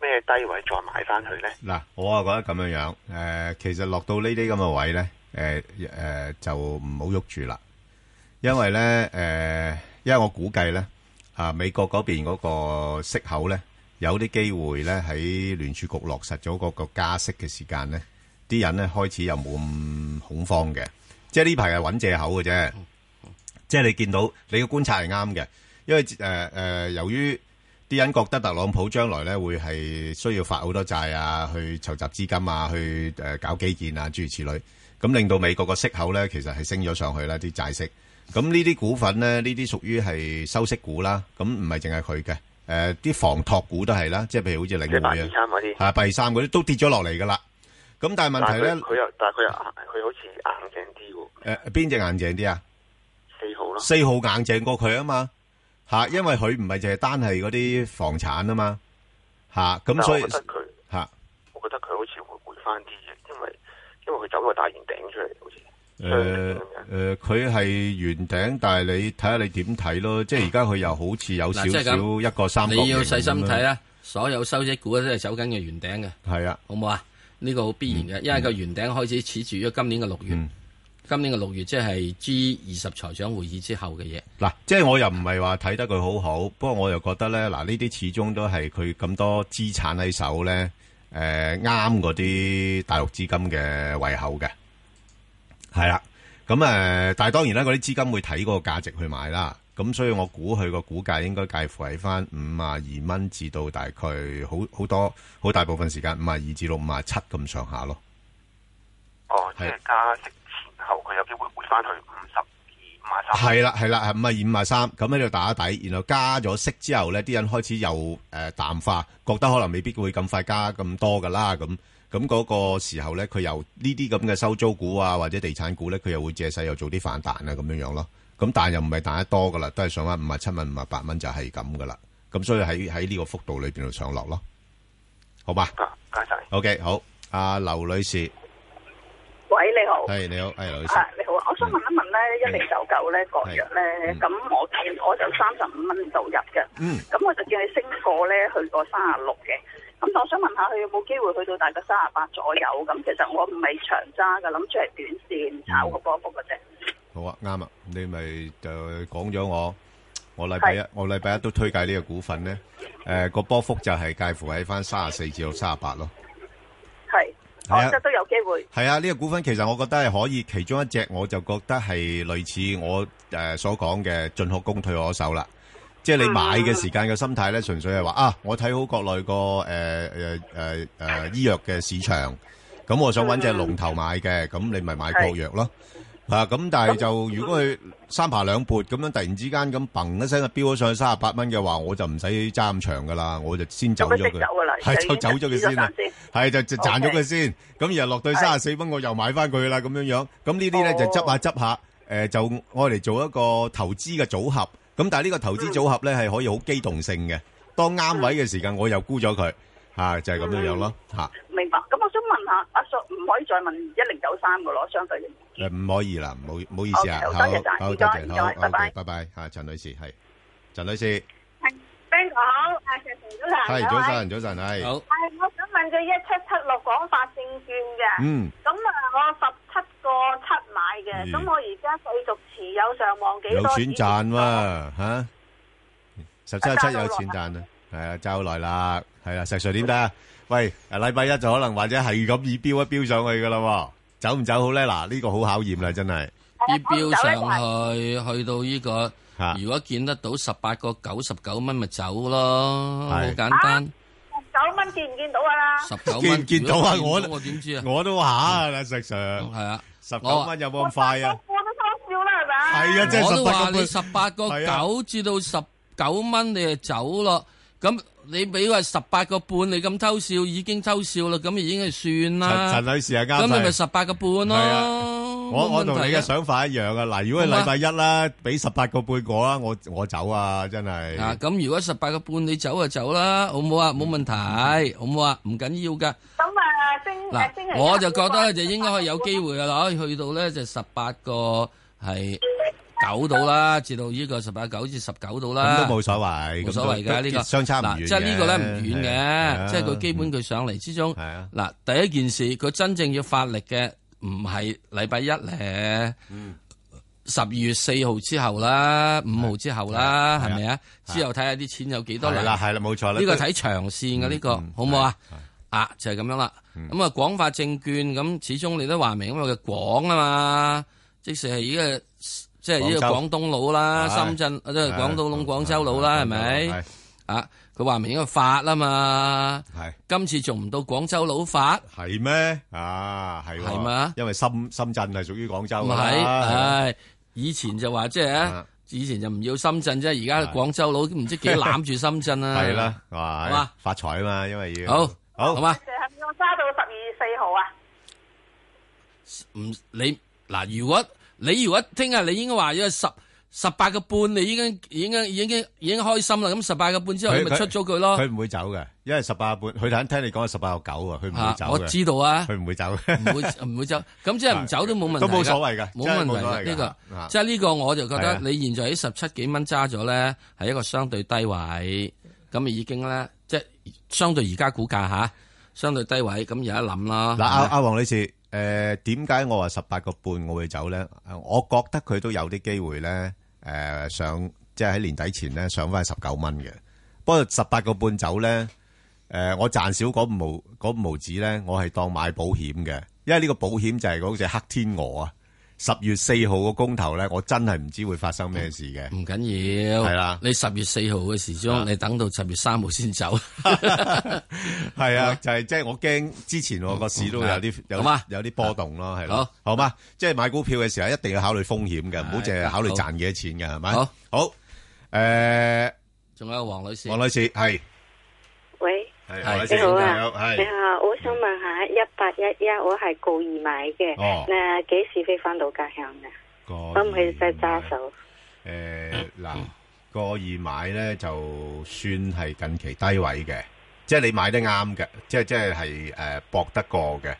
Speaker 8: 咩低位再買翻佢咧？
Speaker 3: 嗱，我啊覺得咁樣樣，誒、其實落到呢啲咁嘅位咧，誒、誒、就唔好喐住啦，因為咧，誒、因為我估計咧，啊美國嗰邊嗰個息口咧，有啲機會咧喺聯儲局落實咗嗰個加息嘅時間咧，啲人咧開始又冇咁恐慌嘅，即係呢排係揾藉口嘅啫。即係你見到你嘅觀察係啱嘅，因為誒誒、呃呃由於啲人覺得特朗普將來咧會係需要發好多債啊，去籌集資金啊，去誒、呃搞基建啊，諸如此類，咁令到美國個息口咧其實係升咗上去啦，啲債息。咁呢啲股份咧，呢啲屬於係收息股啦，咁唔係淨係佢嘅，誒、啲房託股都係啦，即係譬如好似領
Speaker 8: 即係八
Speaker 3: 匯
Speaker 8: 二三嗰啲
Speaker 3: 啊，啊八二三嗰啲都跌咗落嚟㗎啦。咁但係問題咧
Speaker 8: 但係，佢佢又但係佢又硬，佢好似硬淨啲
Speaker 3: 誒
Speaker 8: 喎，
Speaker 3: 邊只硬淨啲啊？
Speaker 8: 四號咯。
Speaker 3: 四號硬淨過佢啊嘛，吓、因為佢唔係淨係單係嗰啲房產啊嘛，吓、咁
Speaker 8: 但
Speaker 3: 所以
Speaker 8: 我覺得佢，
Speaker 3: 吓、
Speaker 8: 我覺得佢好似會回翻啲嘅，因為因為佢走個大圓頂出嚟，好似
Speaker 3: 誒誒，呃佢係圓頂，但係你睇下你點睇咯，即係而家佢又好似有少
Speaker 2: 嗱即係
Speaker 3: 少
Speaker 2: 咁
Speaker 3: 一個三角形
Speaker 2: 你要細心睇
Speaker 3: 啊，
Speaker 2: 啦，所有收息股都係走緊嘅圓頂嘅，
Speaker 3: 係啊，
Speaker 2: 好唔好啊？呢個好必
Speaker 3: 嗯
Speaker 2: 然嘅，因為個圓頂開始恃住咗今年嘅六月，今年嘅六月即係 G 二十財長會議之後嘅嘢。
Speaker 3: 嗱，即係我又唔係話睇得佢好好，不過我又覺得咧，嗱呢啲始終都係佢咁多資產喺手咧，誒啱嗰啲大陸資金嘅胃口嘅，係啦。咁誒、呃但係當然啦，嗰啲資金會睇嗰個價值去買啦。咁所以我估佢個股價應該介乎喺翻五啊二蚊至到大概好好多好大部分時間五啊二至到五啊七咁上下咯。
Speaker 8: 哦，即係加息前後佢有機會回翻去五十二、五十三。
Speaker 3: 係啦，係啦，係五啊二五啊三，咁喺度打底，然後加咗息之後咧，啲人開始又誒、呃淡化，覺得可能未必會咁快加咁多噶啦，咁咁嗰個時候咧，佢又呢啲咁嘅收租股啊或者地產股咧，佢又會借勢又做啲反彈啊咁樣樣咯，咁但係又唔係彈得多噶啦，都係上翻五啊七蚊、五啊八蚊就係咁噶啦，咁所以喺喺呢個幅度裏邊度上落咯，好吧？
Speaker 8: 加晒。
Speaker 3: OK，好，阿、劉女士，
Speaker 4: 喂，你好。
Speaker 3: 係嗯你好，係劉女士，
Speaker 4: 啊，你好，我想問一問咧，一零九九咧國藥咧，咁我見我就三十五蚊度入嘅，
Speaker 3: 嗯
Speaker 4: 咁我就見佢升過咧，去過三十六嘅，咁我想問下佢有冇機會去到大概三十八左右？咁其實我唔係長揸嘅，諗住係短線炒個波幅嘅啫。
Speaker 3: 好啊，啱啊，你咪就講咗我，我禮拜一我禮拜一都推介呢個股份咧，诶、個波幅就係介乎喺翻三十四至到三十八咯。
Speaker 4: 係，
Speaker 3: 係啊
Speaker 4: 我覺得都有機會。
Speaker 3: 係啊，呢、個股份其實我覺得係可以，其中一隻我就覺得係類似我诶、呃所講嘅進可攻退可守啦。即
Speaker 4: 啊
Speaker 3: 係你買嘅時間嘅心態咧，純粹係話啊，我睇好國內個诶诶诶诶医药嘅市場，咁我想揾隻龍頭買嘅，咁你咪買國藥咯。啊，咁但係就如果佢三爬兩撥咁樣，突然之間咁砰一聲就啊飆咗上去三十八蚊嘅話，我就唔使揸咁長噶啦，我就先走咗
Speaker 4: 咁咪即
Speaker 3: 佢
Speaker 4: 走㗎啦，
Speaker 3: 係就
Speaker 4: 就
Speaker 3: 走
Speaker 4: 已經
Speaker 3: 咗佢先啊啦
Speaker 4: 止咗賺先，
Speaker 3: 係就就賺咗佢先，咁然後落到三十四蚊，我又買翻佢啦，咁樣樣，咁呢啲咧就執下執下，誒就我嚟做一個投資嘅組合，咁但係呢個投資組合咧係可以好機動性嘅，當啱位嘅時間我又沽咗佢，嚇就係咁樣樣咯，嚇
Speaker 4: 明白。咁我想問下，阿叔唔可以再問一零九三嘅咯，相對應。
Speaker 3: 誒唔可以啦，唔好唔好意思啊，
Speaker 4: 好
Speaker 3: 好
Speaker 4: 嘅好多謝晒
Speaker 3: 好
Speaker 4: 唔
Speaker 3: 多
Speaker 4: 該
Speaker 3: 謝，
Speaker 4: 唔
Speaker 3: 好
Speaker 4: 該拜拜
Speaker 3: OK，拜拜嚇，陳女士係陳女士，
Speaker 14: Ben 哥好，阿石 Sir 早晨，
Speaker 3: 係早晨早晨係，好
Speaker 14: 係我想問佢一七七六廣發證券嘅，
Speaker 3: 嗯
Speaker 14: 咁啊，我十七個七買嘅，
Speaker 3: 咦
Speaker 14: 咁我而家繼續持有上望幾
Speaker 3: 有
Speaker 14: 多？
Speaker 3: 錢賺喎嚇，十七七有錢賺啊，係啊，揸好耐啦，係啊，石 Sir 點睇啊？喂，禮拜一就可能或者係咁以標一標上去噶啦喎，走唔走好咧？嗱，呢個好考驗啦，真係。
Speaker 2: 啲標上去，去到呢、個，如果見得到十八個九十九蚊，咪走咯，好
Speaker 3: 係
Speaker 2: 簡單。
Speaker 14: 九蚊見唔見到啊？
Speaker 2: 十九
Speaker 3: 見唔
Speaker 2: 蚊
Speaker 3: 見到啊
Speaker 2: 如果
Speaker 3: 我
Speaker 2: 見到我點知啊？
Speaker 3: 我都話啊，石 Sir。
Speaker 2: 係啊，
Speaker 3: 19
Speaker 2: 我話
Speaker 3: 蚊有冇咁快啊？
Speaker 15: 我都偷笑啦，係咪啊？
Speaker 3: 係啊即係
Speaker 2: 我都
Speaker 3: 18
Speaker 2: 話
Speaker 3: 個啊
Speaker 2: 你十八個九至到十九蚊，你就走咯。咁你俾話十八個半，你咁偷笑已經偷笑啦，咁已經係算啦。
Speaker 3: 陳陳女士係啱
Speaker 2: 咁你
Speaker 3: 晒
Speaker 2: 咪十八個半咯。
Speaker 3: 係啊我
Speaker 2: 冇問
Speaker 3: -
Speaker 2: 題
Speaker 3: 我同你嘅想法一樣啊。嗱，如果係
Speaker 2: 好嘛？
Speaker 3: 禮拜一啦，俾18個半我啦，我-我走啊，真係。
Speaker 2: 啊，咁如果十八個半你走就走啦，好唔好
Speaker 3: 嗯
Speaker 2: 啊？冇問題，好唔好啊？唔緊要噶。
Speaker 15: 咁啊，星誒星期
Speaker 2: 嗱，我就覺得咧就應該可以有機會噶啦，可以去到咧就十八個係九度啦，至到呢個十八九至十九度啦，
Speaker 3: 咁都冇所
Speaker 2: 冇
Speaker 3: 謂，咁都-
Speaker 2: 所謂
Speaker 3: 都
Speaker 2: 嘅呢個
Speaker 3: 相差唔
Speaker 2: 嗱
Speaker 3: 遠
Speaker 2: 即係呢個咧唔遠
Speaker 3: 嘅，係啊，啊
Speaker 2: 嘅，即係佢基本佢上嚟之中，嗱第一件事佢真正要發力嘅唔係禮拜一咧，
Speaker 3: 嗯
Speaker 2: 十二月四號之後啦，五號之後啦，係咪啊？之後睇下啲錢有幾多嚟，
Speaker 3: 係啦係啦冇錯啦
Speaker 2: 呢個
Speaker 3: 都
Speaker 2: 睇長線嘅呢個好唔好啊？啊，就係咁樣啦。咁啊，廣發證券咁始終你都話明，因為佢廣啊嘛，即使係呢個即係呢個
Speaker 16: 廣
Speaker 2: 廣
Speaker 16: 州
Speaker 2: 東佬啦、
Speaker 16: 係
Speaker 2: 深圳即
Speaker 3: 啊
Speaker 2: 係
Speaker 16: 係
Speaker 2: 廣東佬、廣州佬啦，係咪？啊，佢話明因為發啊嘛，今次仲唔到廣州佬發？
Speaker 3: 係咩？啊，係喎。
Speaker 2: 係嘛？
Speaker 3: 因為深-深圳係屬於廣州㗎啦。
Speaker 2: 唔係，唉，以前就話即係以前就唔要深圳啫，而家廣州佬唔知幾攬住深圳啊！
Speaker 3: 係啦，哇，
Speaker 2: 好嘛，
Speaker 3: 發財啊嘛，因為要。
Speaker 2: 好，
Speaker 3: 好。
Speaker 2: 好嘛。
Speaker 15: 係咪我揸到十二月四號啊？
Speaker 2: 唔你嗱，如果你如果聽日你應該話咗十十八個半，你已經已經已經已經開心啦。咁十八個半之後，
Speaker 3: 佢-
Speaker 2: 你咪
Speaker 3: 佢-
Speaker 2: 出咗佢咯。
Speaker 3: 佢唔會走嘅，因為18半，佢頭先聽你講係18個九啊，佢唔會
Speaker 2: 啊
Speaker 3: 走嘅。
Speaker 2: 我知道啊，
Speaker 3: 佢唔會走。
Speaker 2: 唔會唔會走。咁即係唔走都冇問題㗎，
Speaker 3: 都冇所謂㗎
Speaker 2: 冇
Speaker 3: 真係
Speaker 2: 問
Speaker 3: 冇
Speaker 2: 題
Speaker 3: 所謂
Speaker 2: 㗎
Speaker 3: 㗎
Speaker 2: 呢個
Speaker 3: 啊。
Speaker 2: 即係呢個，我就覺
Speaker 3: 係
Speaker 2: 得
Speaker 3: 啊
Speaker 2: 你現在喺十七幾蚊揸咗咧，係一個相對低位，咁已經咧，即係相對而家股價吓，相對低位，咁有一諗啦。
Speaker 3: 嗱，阿-阿黃女士，誒，點解我話18.5我會走呢？我覺得佢都有啲機會呢，誒，上-即係喺年底前呢，上返19蚊嘅。不過18.5走呢，誒，我賺少嗰五毫-嗰五毫子呢，我係當買保險嘅。因為呢個保險就係嗰隻黑天鵝啊，10月4號個公投呢，我真係唔知會發生咩事嘅。係啦。啊
Speaker 2: 你十月四號嘅時鐘，你等到十月三號先 走。
Speaker 3: 系啊，就系即系我惊之前我个市都有啲
Speaker 2: 嗯
Speaker 3: 有
Speaker 2: 好嘛
Speaker 3: 有啲波动咯，系咯
Speaker 2: 好，
Speaker 3: 好嘛？即系买股票嘅时候一定要考虑风险嘅，唔好
Speaker 2: 係
Speaker 3: 净系考虑
Speaker 2: 好
Speaker 3: 赚几多钱嘅，系咪？
Speaker 2: 好，
Speaker 3: 好，诶，
Speaker 2: 仲有黄女士，啊
Speaker 3: 黄女士系
Speaker 17: 喂，
Speaker 3: 係
Speaker 17: 你
Speaker 3: 黃女士
Speaker 17: 好
Speaker 3: 你好
Speaker 17: 啊，
Speaker 3: 係
Speaker 17: 你好，我想问下一八一一，我系告二买嘅，
Speaker 3: 哦嗯
Speaker 17: 誒幾時飛翻到家鄉啊？
Speaker 3: 个
Speaker 17: 可唔可以再揸手？
Speaker 3: 诶呃嗱个二买咧就算系近期低位嘅，即系你买得啱嘅，即系即系系诶搏得过嘅。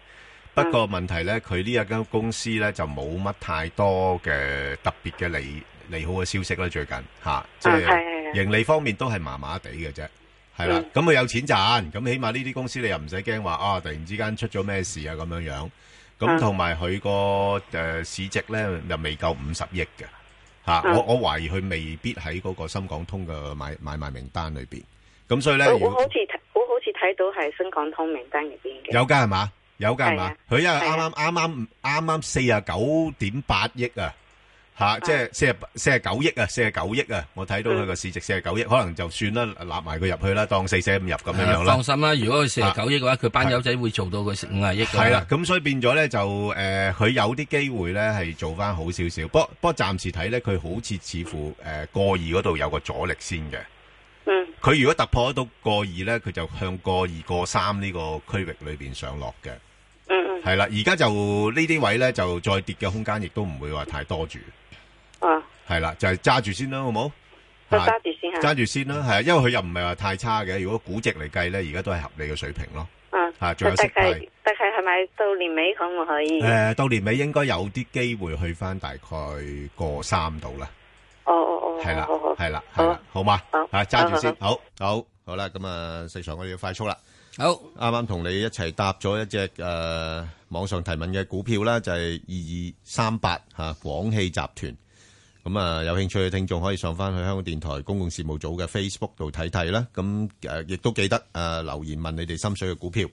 Speaker 3: 不過問題咧，佢呢一間公司咧就冇乜太多嘅特別嘅利利好嘅消息啦，最近嚇，即啊係嗯盈利方面都係麻麻地嘅啫，係啦。咁佢有錢賺，咁起碼呢啲公司你又唔使驚話啊，突然之間出咗咩事啊咁樣樣。咁同埋佢個誒市值咧又未夠五十億嘅嚇，
Speaker 17: 嗯
Speaker 3: 我我懷疑佢未必喺嗰個深港通嘅買買賣名單裏邊。咁所以咧，
Speaker 17: 我
Speaker 3: 如
Speaker 17: 我
Speaker 3: 果
Speaker 17: 好似睇，我好似睇到係深港通名單入邊嘅。
Speaker 3: 有噶係嘛？有噶係嘛？
Speaker 17: 係啊
Speaker 3: 佢因為啱啱啱啱啱啱四啊九點八億啊，吓即係四啊四啊九億啊，四啊九億啊，我睇到佢個市值四啊九億，可能就算啦，納埋佢入去啦，當四舍五入咁樣樣啦。啊
Speaker 2: 放心啦，如果佢四十九億嘅話，佢班友仔會做到佢五廿億㗎
Speaker 3: 係啦，。咁所以變咗咧就誒，呃佢、有啲機會咧係做翻好少少。不過不過暫時睇咧，佢好似似乎誒、呃、過二嗰度有個阻力先嘅。
Speaker 17: 嗯。
Speaker 3: 佢如果突破得到過二咧，佢就向過二過三呢個區域裏邊上落嘅。
Speaker 17: 嗯嗯。
Speaker 3: 係啦，而家就呢啲位咧就再跌嘅空間亦都唔會話太多住。
Speaker 17: 啊。
Speaker 3: 係啦，就係揸住先啦，好冇？
Speaker 17: 我
Speaker 3: 係
Speaker 17: 揸住先嚇
Speaker 3: 揸住先啦，係啊，因為佢又唔係話太差嘅。如果估值嚟計咧，而家都係合理嘅水平咯。
Speaker 17: 嗯，
Speaker 3: 啊仲有
Speaker 17: 大
Speaker 3: 息派
Speaker 17: 概大概係咪到年尾可唔 可以？
Speaker 3: 诶，到年尾應該有啲機會去翻大概過三度啦，
Speaker 17: 哦哦哦，
Speaker 3: 係啦
Speaker 17: 好好，
Speaker 3: 係啦，係啦，好嘛，啊，揸住先，
Speaker 17: 好
Speaker 3: 好，好，好啦，咁啊，四常我哋要快速啦，
Speaker 2: 好，啱
Speaker 3: 啱同你一齊答咗一隻诶网上提問嘅股票啦，就係二二三八吓廣汽集團。咁啊，有興趣嘅聽眾可以上翻去香港電台公共事務組嘅 Facebook 度睇睇啦。咁誒，亦都記得誒留言問你哋心水嘅股票。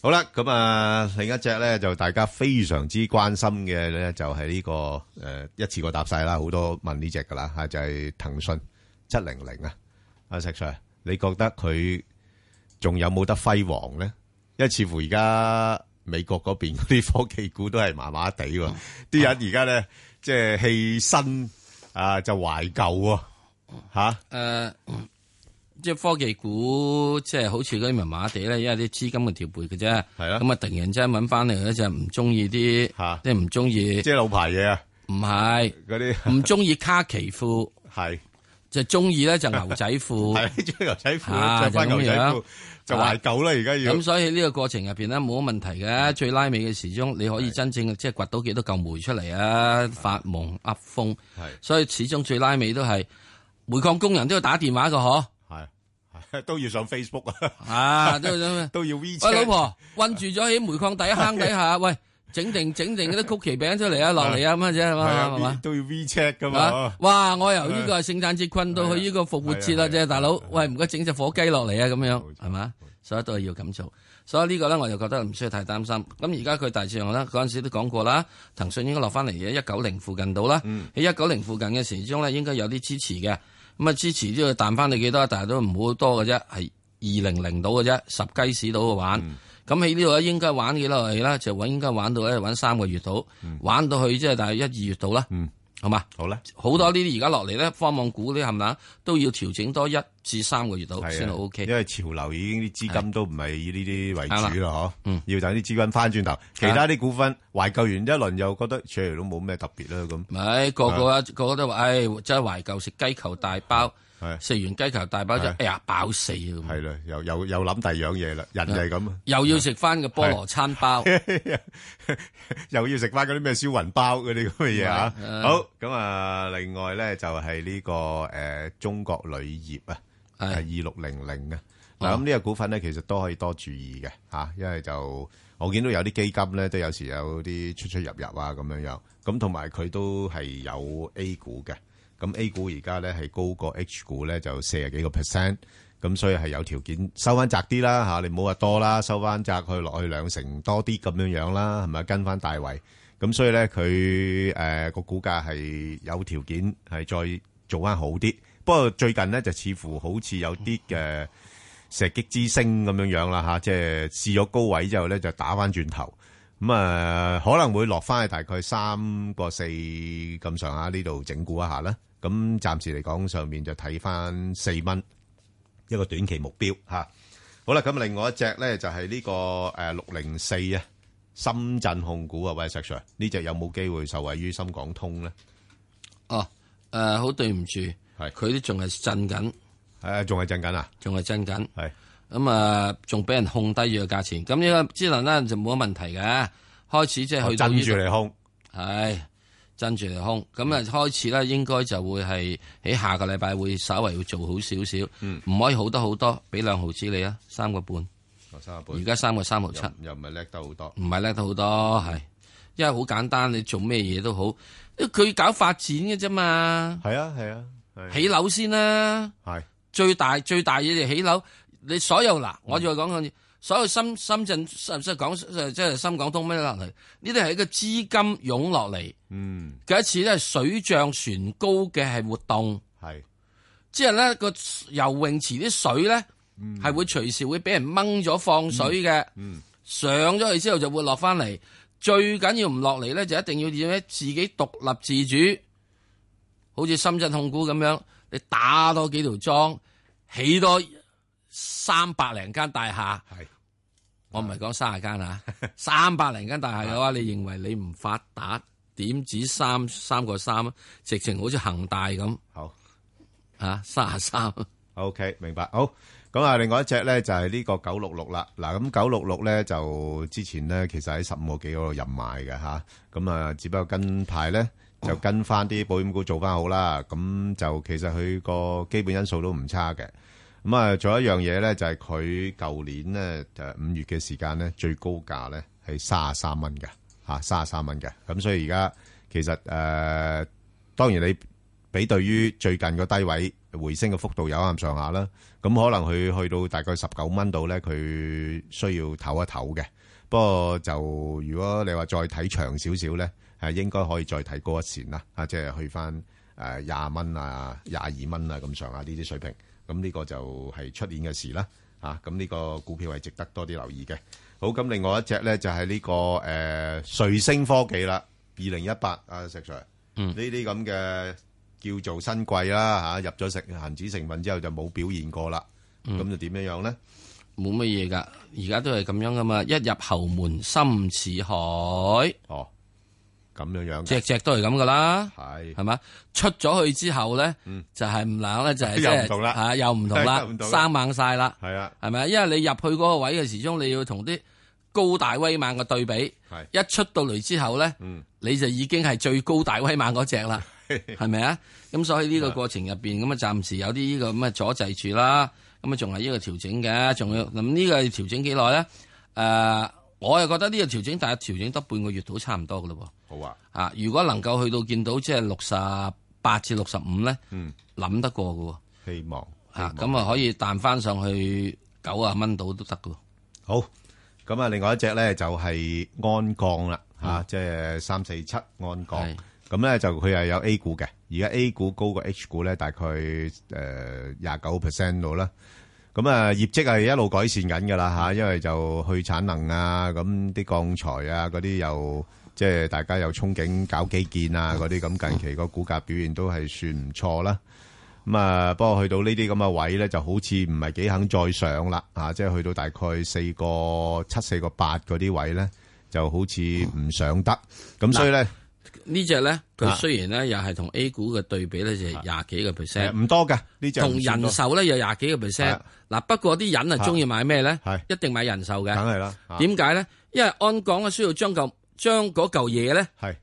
Speaker 3: 好啦，咁啊，另一隻咧就大家非常之關心嘅咧，就係呢個誒一次過答晒啦，好多問呢隻噶啦啊嚇，就係騰訊七零零啊。阿石 Sir，你覺得佢仲有冇得輝煌咧？因為似乎而家美國嗰邊嗰啲科技股都係麻麻地喎。啲人而家咧即係棄新啊，就懷舊喎吓。
Speaker 2: 誒，即係科技股，即係好似嗰啲麻麻地咧，因為啲資金嘅調配嘅啫。係啊，咁啊，突然之間揾翻嚟咧，就唔中意啲，即係唔中意，
Speaker 3: 即係老牌嘢啊。
Speaker 2: 唔係
Speaker 3: 嗰
Speaker 2: 啲，唔中意卡其褲，
Speaker 3: 係
Speaker 2: 就中意咧就牛仔褲，
Speaker 3: 係中意牛仔褲
Speaker 2: 啊
Speaker 3: 着返
Speaker 2: 就咁
Speaker 3: 牛仔
Speaker 2: 樣
Speaker 3: 褲就懷舊啦而家要
Speaker 2: 咁所以呢個過程入邊咧冇乜問題嘅，最拉尾嘅時鐘你可以真正即係掘到幾多嚿煤出嚟啊！發夢噏風，所以始終最拉尾都係煤礦工人都要打電話嘅 嗬。
Speaker 3: 都要上 Facebook
Speaker 2: 啊，都要
Speaker 3: 都要 WeChat
Speaker 2: 喂，老婆，困住咗喺煤礦底坑底下，喂，整定整定嗰啲曲奇餅出嚟啊，落嚟啊，咁嘅啫，係
Speaker 3: 係啊
Speaker 2: 嘛，係嘛
Speaker 3: V-，都要 WeChat 噶
Speaker 2: 啊
Speaker 3: 嘛。
Speaker 2: 哇！我由呢個聖誕節困到去呢個復活節啦，啫大佬，喂，唔該整只火雞落嚟啊，咁樣係嘛？所以都係要咁做。所以呢個咧，我就覺得唔需要太擔心。咁而家佢大致上咧，嗰陣時都講過啦，騰訊應該落翻嚟嘅一九零附近到啦。喺一九零附近嘅時鐘咧，應該有啲支持嘅。咁啊，支持都要彈翻你幾多，但係都唔好多嘅啫，係二零零到嘅啫，十雞屎到嘅玩。咁喺呢度咧，應該玩幾耐啦？就揾應該玩到咧，玩三個月到，玩到去即係大概一二月到啦。好嘛？
Speaker 3: 好啦，
Speaker 2: 好多呢啲而家落嚟咧，科網股啲冚唪唥啊都要調整多一至三個月到
Speaker 3: 啊
Speaker 2: 先好 OK。
Speaker 3: 因為潮流已經啲資金都唔係以呢啲為
Speaker 2: 啱
Speaker 3: 主
Speaker 2: 啦
Speaker 3: 咯，嗬。要等啲資金翻轉頭，其他啲股份懷舊完一輪又覺得出嚟都冇咩特別啦咁。
Speaker 2: 咪個個啊，個個都話，唉，真係懷舊食雞球大包，食完雞球大包就
Speaker 3: 係
Speaker 2: 哎呀飽死啊咁。
Speaker 3: 係啦，又又又諗第二樣嘢啦，人就係咁 啊，
Speaker 2: 又要食翻個菠蘿餐包。
Speaker 3: 又要食翻嗰啲咩燒雲包嗰啲咁嘅嘢啊
Speaker 2: 係啊。
Speaker 3: 好，咁啊，另外咧就係呢個誒中國鋁業啊，係二六零零啊。嗱，咁呢個股份咧，其實都可以多注意嘅嚇，因為就我見到有啲基金咧，都有時有啲出出入入啊咁樣樣，咁同埋佢都係有 A 股嘅，咁 A 股而家咧係高過 H 股咧就四十幾個 percent，咁所以係有條件收翻窄啲啦嚇，你唔好話多啦，收翻窄去落去兩成多啲咁樣樣啦，係咪跟翻大圍？咁所以咧，佢誒個股價係有條件係再做翻好啲。不過最近咧就似乎好似有啲嘅射擊之星咁樣樣啦吓，即係試咗高位之後咧就打翻轉頭。咁啊、呃可能會落翻去大概三個四咁上下呢度整固一下啦。咁暫時嚟講，上面就睇翻四蚊一個短期目標吓。好啦，咁另外一隻咧就係呢、個誒六零四啊，深圳控股啊，喂石 Sir，呢只有冇機會受惠於深港通咧？
Speaker 2: 哦，誒，好對唔住，佢都仲係震緊。
Speaker 3: 誒，仲係震緊啊？
Speaker 2: 仲係震緊。
Speaker 3: 係。
Speaker 2: 咁啊，仲俾人控低咗個價錢。咁呢個之能咧就冇乜問題嘅，開始即係去到
Speaker 3: 哦
Speaker 2: 呢
Speaker 3: 震
Speaker 2: 度
Speaker 3: 住嚟控。
Speaker 2: 係真住嚟空，咁啊開始咧應該就會係喺下個禮拜會稍微會做好少少，唔、可以好得好多，俾兩毫子你啊，三個半，
Speaker 3: 哦三個半
Speaker 2: 而家三個三毫七，
Speaker 3: 又又唔係叻得好多。
Speaker 2: 唔係叻得好多，係因為好簡單，你做咩嘢都好，因為佢搞發展嘅啫嘛，
Speaker 3: 係啊係啊，係
Speaker 2: 起樓先啦，
Speaker 3: 係
Speaker 2: 最大最大嘢就起樓，你所有嗱，我再講講嘢。所有深深圳即係講即係深港通咩落嚟，呢啲係一個資金湧落嚟，
Speaker 3: 嗯，
Speaker 2: 嘅一次咧水漲船高嘅係活動，
Speaker 3: 係
Speaker 2: 之後咧個游泳池啲水咧係、會隨時會俾人掹咗放水嘅，
Speaker 3: 嗯
Speaker 2: 上咗去之後就會落翻嚟。最緊要唔落嚟咧，就一定要點咧？自己獨立自主，好似深圳控股咁樣，你打多幾條莊，起多三百零間大廈。
Speaker 3: 係，
Speaker 2: 我唔係講三十間啊， 三百零間大廈
Speaker 3: 啊
Speaker 2: 嘅話，你認為你唔發達，點止三三個三啊？直情好似恒大咁。
Speaker 3: 好
Speaker 2: 啊，三十三。
Speaker 3: OK，明白。好，咁啊，另外一隻咧就係呢個九六六啦。嗱，咁九六六咧就之前咧其實喺十五個幾嗰度入賣嘅吓，咁啊，只不過跟排咧就跟翻啲保險股做翻好啦。咁就其實佢個基本因素都唔差嘅。咁啊，仲有一樣嘢咧，就係佢舊年咧就係五月嘅時間咧最高價咧係三十三蚊嘅吓，三十三蚊嘅。咁所以而家其實誒、呃，當然你。比對於最近個低位回升嘅幅度有啱上下啦，咁可能佢去到大概十九蚊度咧，佢需要唞一唞嘅。不過就如果你話再睇長少少咧，係應該可以再睇高一線啦，啊，即係去翻誒啊廿蚊啊、廿二蚊啊咁上下呢啲水平。咁呢個就係出年嘅事啦。啊，咁呢個股票係值得多啲留意嘅。好，咁另外一隻咧就係呢、個誒、呃瑞星科技啦，二零一八啊，石 Sir，呢啲咁嘅叫做新貴啦嚇、入咗成恒指成分之後就冇表現過啦，
Speaker 2: 嗯
Speaker 3: 咁、就點樣樣咧？
Speaker 2: 冇乜嘢噶，而家都係咁樣噶嘛，一入侯門深似海。
Speaker 3: 哦，咁樣樣，
Speaker 2: 隻隻都係咁噶啦。
Speaker 3: 係
Speaker 2: 係嘛？出咗去之後咧，就係唔冷咧，就 係即
Speaker 3: 嗯又
Speaker 2: 係
Speaker 3: 唔同啦
Speaker 2: 嚇又唔同啦
Speaker 3: 又唔，同啦
Speaker 2: 生猛晒啦。
Speaker 3: 係啊，
Speaker 2: 係咪啊？因為你入去嗰個位嘅時鐘，你要同啲高大威猛嘅對比。一出到嚟之後咧，
Speaker 3: 嗯
Speaker 2: 你就已經係最高大威猛嗰只啦，係咪啊？咁所以呢個過程入邊咁啊，暫時有啲呢個咁嘅阻滯住啦。咁啊，仲係呢個調整嘅，仲要咁呢個調整幾耐咧？誒、我又覺得呢個調整，大約調整得半個月到差唔多噶咯
Speaker 3: 喎。好啊，
Speaker 2: 啊，如果能夠去到見到即係六十八至六十五咧，諗得過嘅喎。
Speaker 3: 嗯希望
Speaker 2: 啊，咁啊可以彈翻上去九啊蚊度都得嘅喎。
Speaker 3: 好，咁啊，另外一隻咧就係安鋼啦，
Speaker 2: 嗯
Speaker 3: 吓，即係三四七安鋼。咁咧就佢係有 A 股嘅，而家 A 股高過 H 股咧，大概誒廿九 percent 度啦。咁啊，業績係一路改善緊㗎啦嚇，因為就去產能啊，咁啲鋼材啊嗰啲又即係大家有憧憬搞基建啊嗰啲，咁近期個股價表現都係算唔錯啦。咁啊，不過去到呢啲咁嘅位咧，就好似唔係幾肯再上啦，啊，即係去到大概四個七、四個八嗰啲位咧，就好似唔上得。咁所以咧，
Speaker 2: 呢只咧，佢
Speaker 3: 啊
Speaker 2: 雖然咧又係同 A 股嘅對比咧，就係廿幾個 percent，
Speaker 3: 誒唔多㗎呢隻唔
Speaker 2: 同
Speaker 3: 算多
Speaker 2: 人
Speaker 3: 啊
Speaker 2: 壽咧有廿幾個 percent。嗱，不過啲人啊中意買咩咧？一定買人壽嘅。
Speaker 3: 梗係啦啊
Speaker 2: 點解咧？因為安港啊需要將嚿將嗰嚿嘢咧，
Speaker 3: 係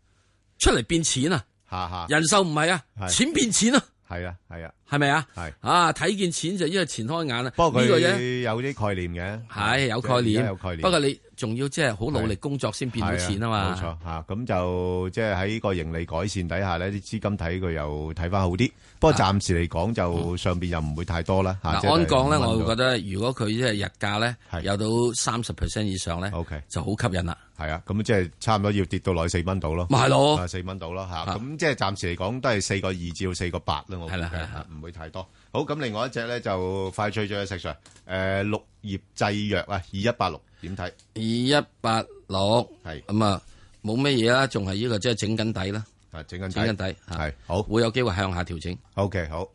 Speaker 2: 出嚟變錢啊！
Speaker 3: 下下
Speaker 2: 人壽唔係啊，
Speaker 3: 係
Speaker 2: 錢變錢啊！
Speaker 3: 係啊，係啊，
Speaker 2: 係咪啊？
Speaker 3: 係
Speaker 2: 啊，睇見錢就因為前開眼啦。啊
Speaker 3: 不過
Speaker 2: 呢個啫。
Speaker 3: 佢有啲概念嘅，
Speaker 2: 係有
Speaker 3: 即
Speaker 2: 概
Speaker 3: 而
Speaker 2: 念，
Speaker 3: 家有概念。
Speaker 2: 不過你仲要即係好努力工作先變到錢啊嘛。
Speaker 3: 係啊冇錯嚇，咁就即係喺個盈利改善底下咧，啲資金睇佢又睇翻好啲。不過暫時嚟講，就上邊又唔會太多啦啊嚇。即
Speaker 2: 嗱，
Speaker 3: 係
Speaker 2: 安港咧，
Speaker 3: 五蚊
Speaker 2: 我會
Speaker 3: 度
Speaker 2: 覺得如果佢即係日價咧有到三十 percent 以上咧
Speaker 3: ，OK
Speaker 2: 就好吸引啦。
Speaker 3: 係啊，咁即係差唔多要跌到落去四蚊度咯，
Speaker 2: 咪係咯
Speaker 3: 啊四蚊度咯嚇。咁即係暫時嚟講都係四個二至到四個八啦，我估計嚇唔會太多。好，咁另外一隻咧就快脆咗嘅石 Sir，誒綠葉製藥啊，二一八六點睇？
Speaker 2: 二一八六
Speaker 3: 係
Speaker 2: 咁啊，冇乜嘢啦，仲係呢個即係整緊底啦。
Speaker 3: 啊，整緊
Speaker 2: 整緊底
Speaker 3: 係好
Speaker 2: 會有機會向下調整。
Speaker 3: OK，好。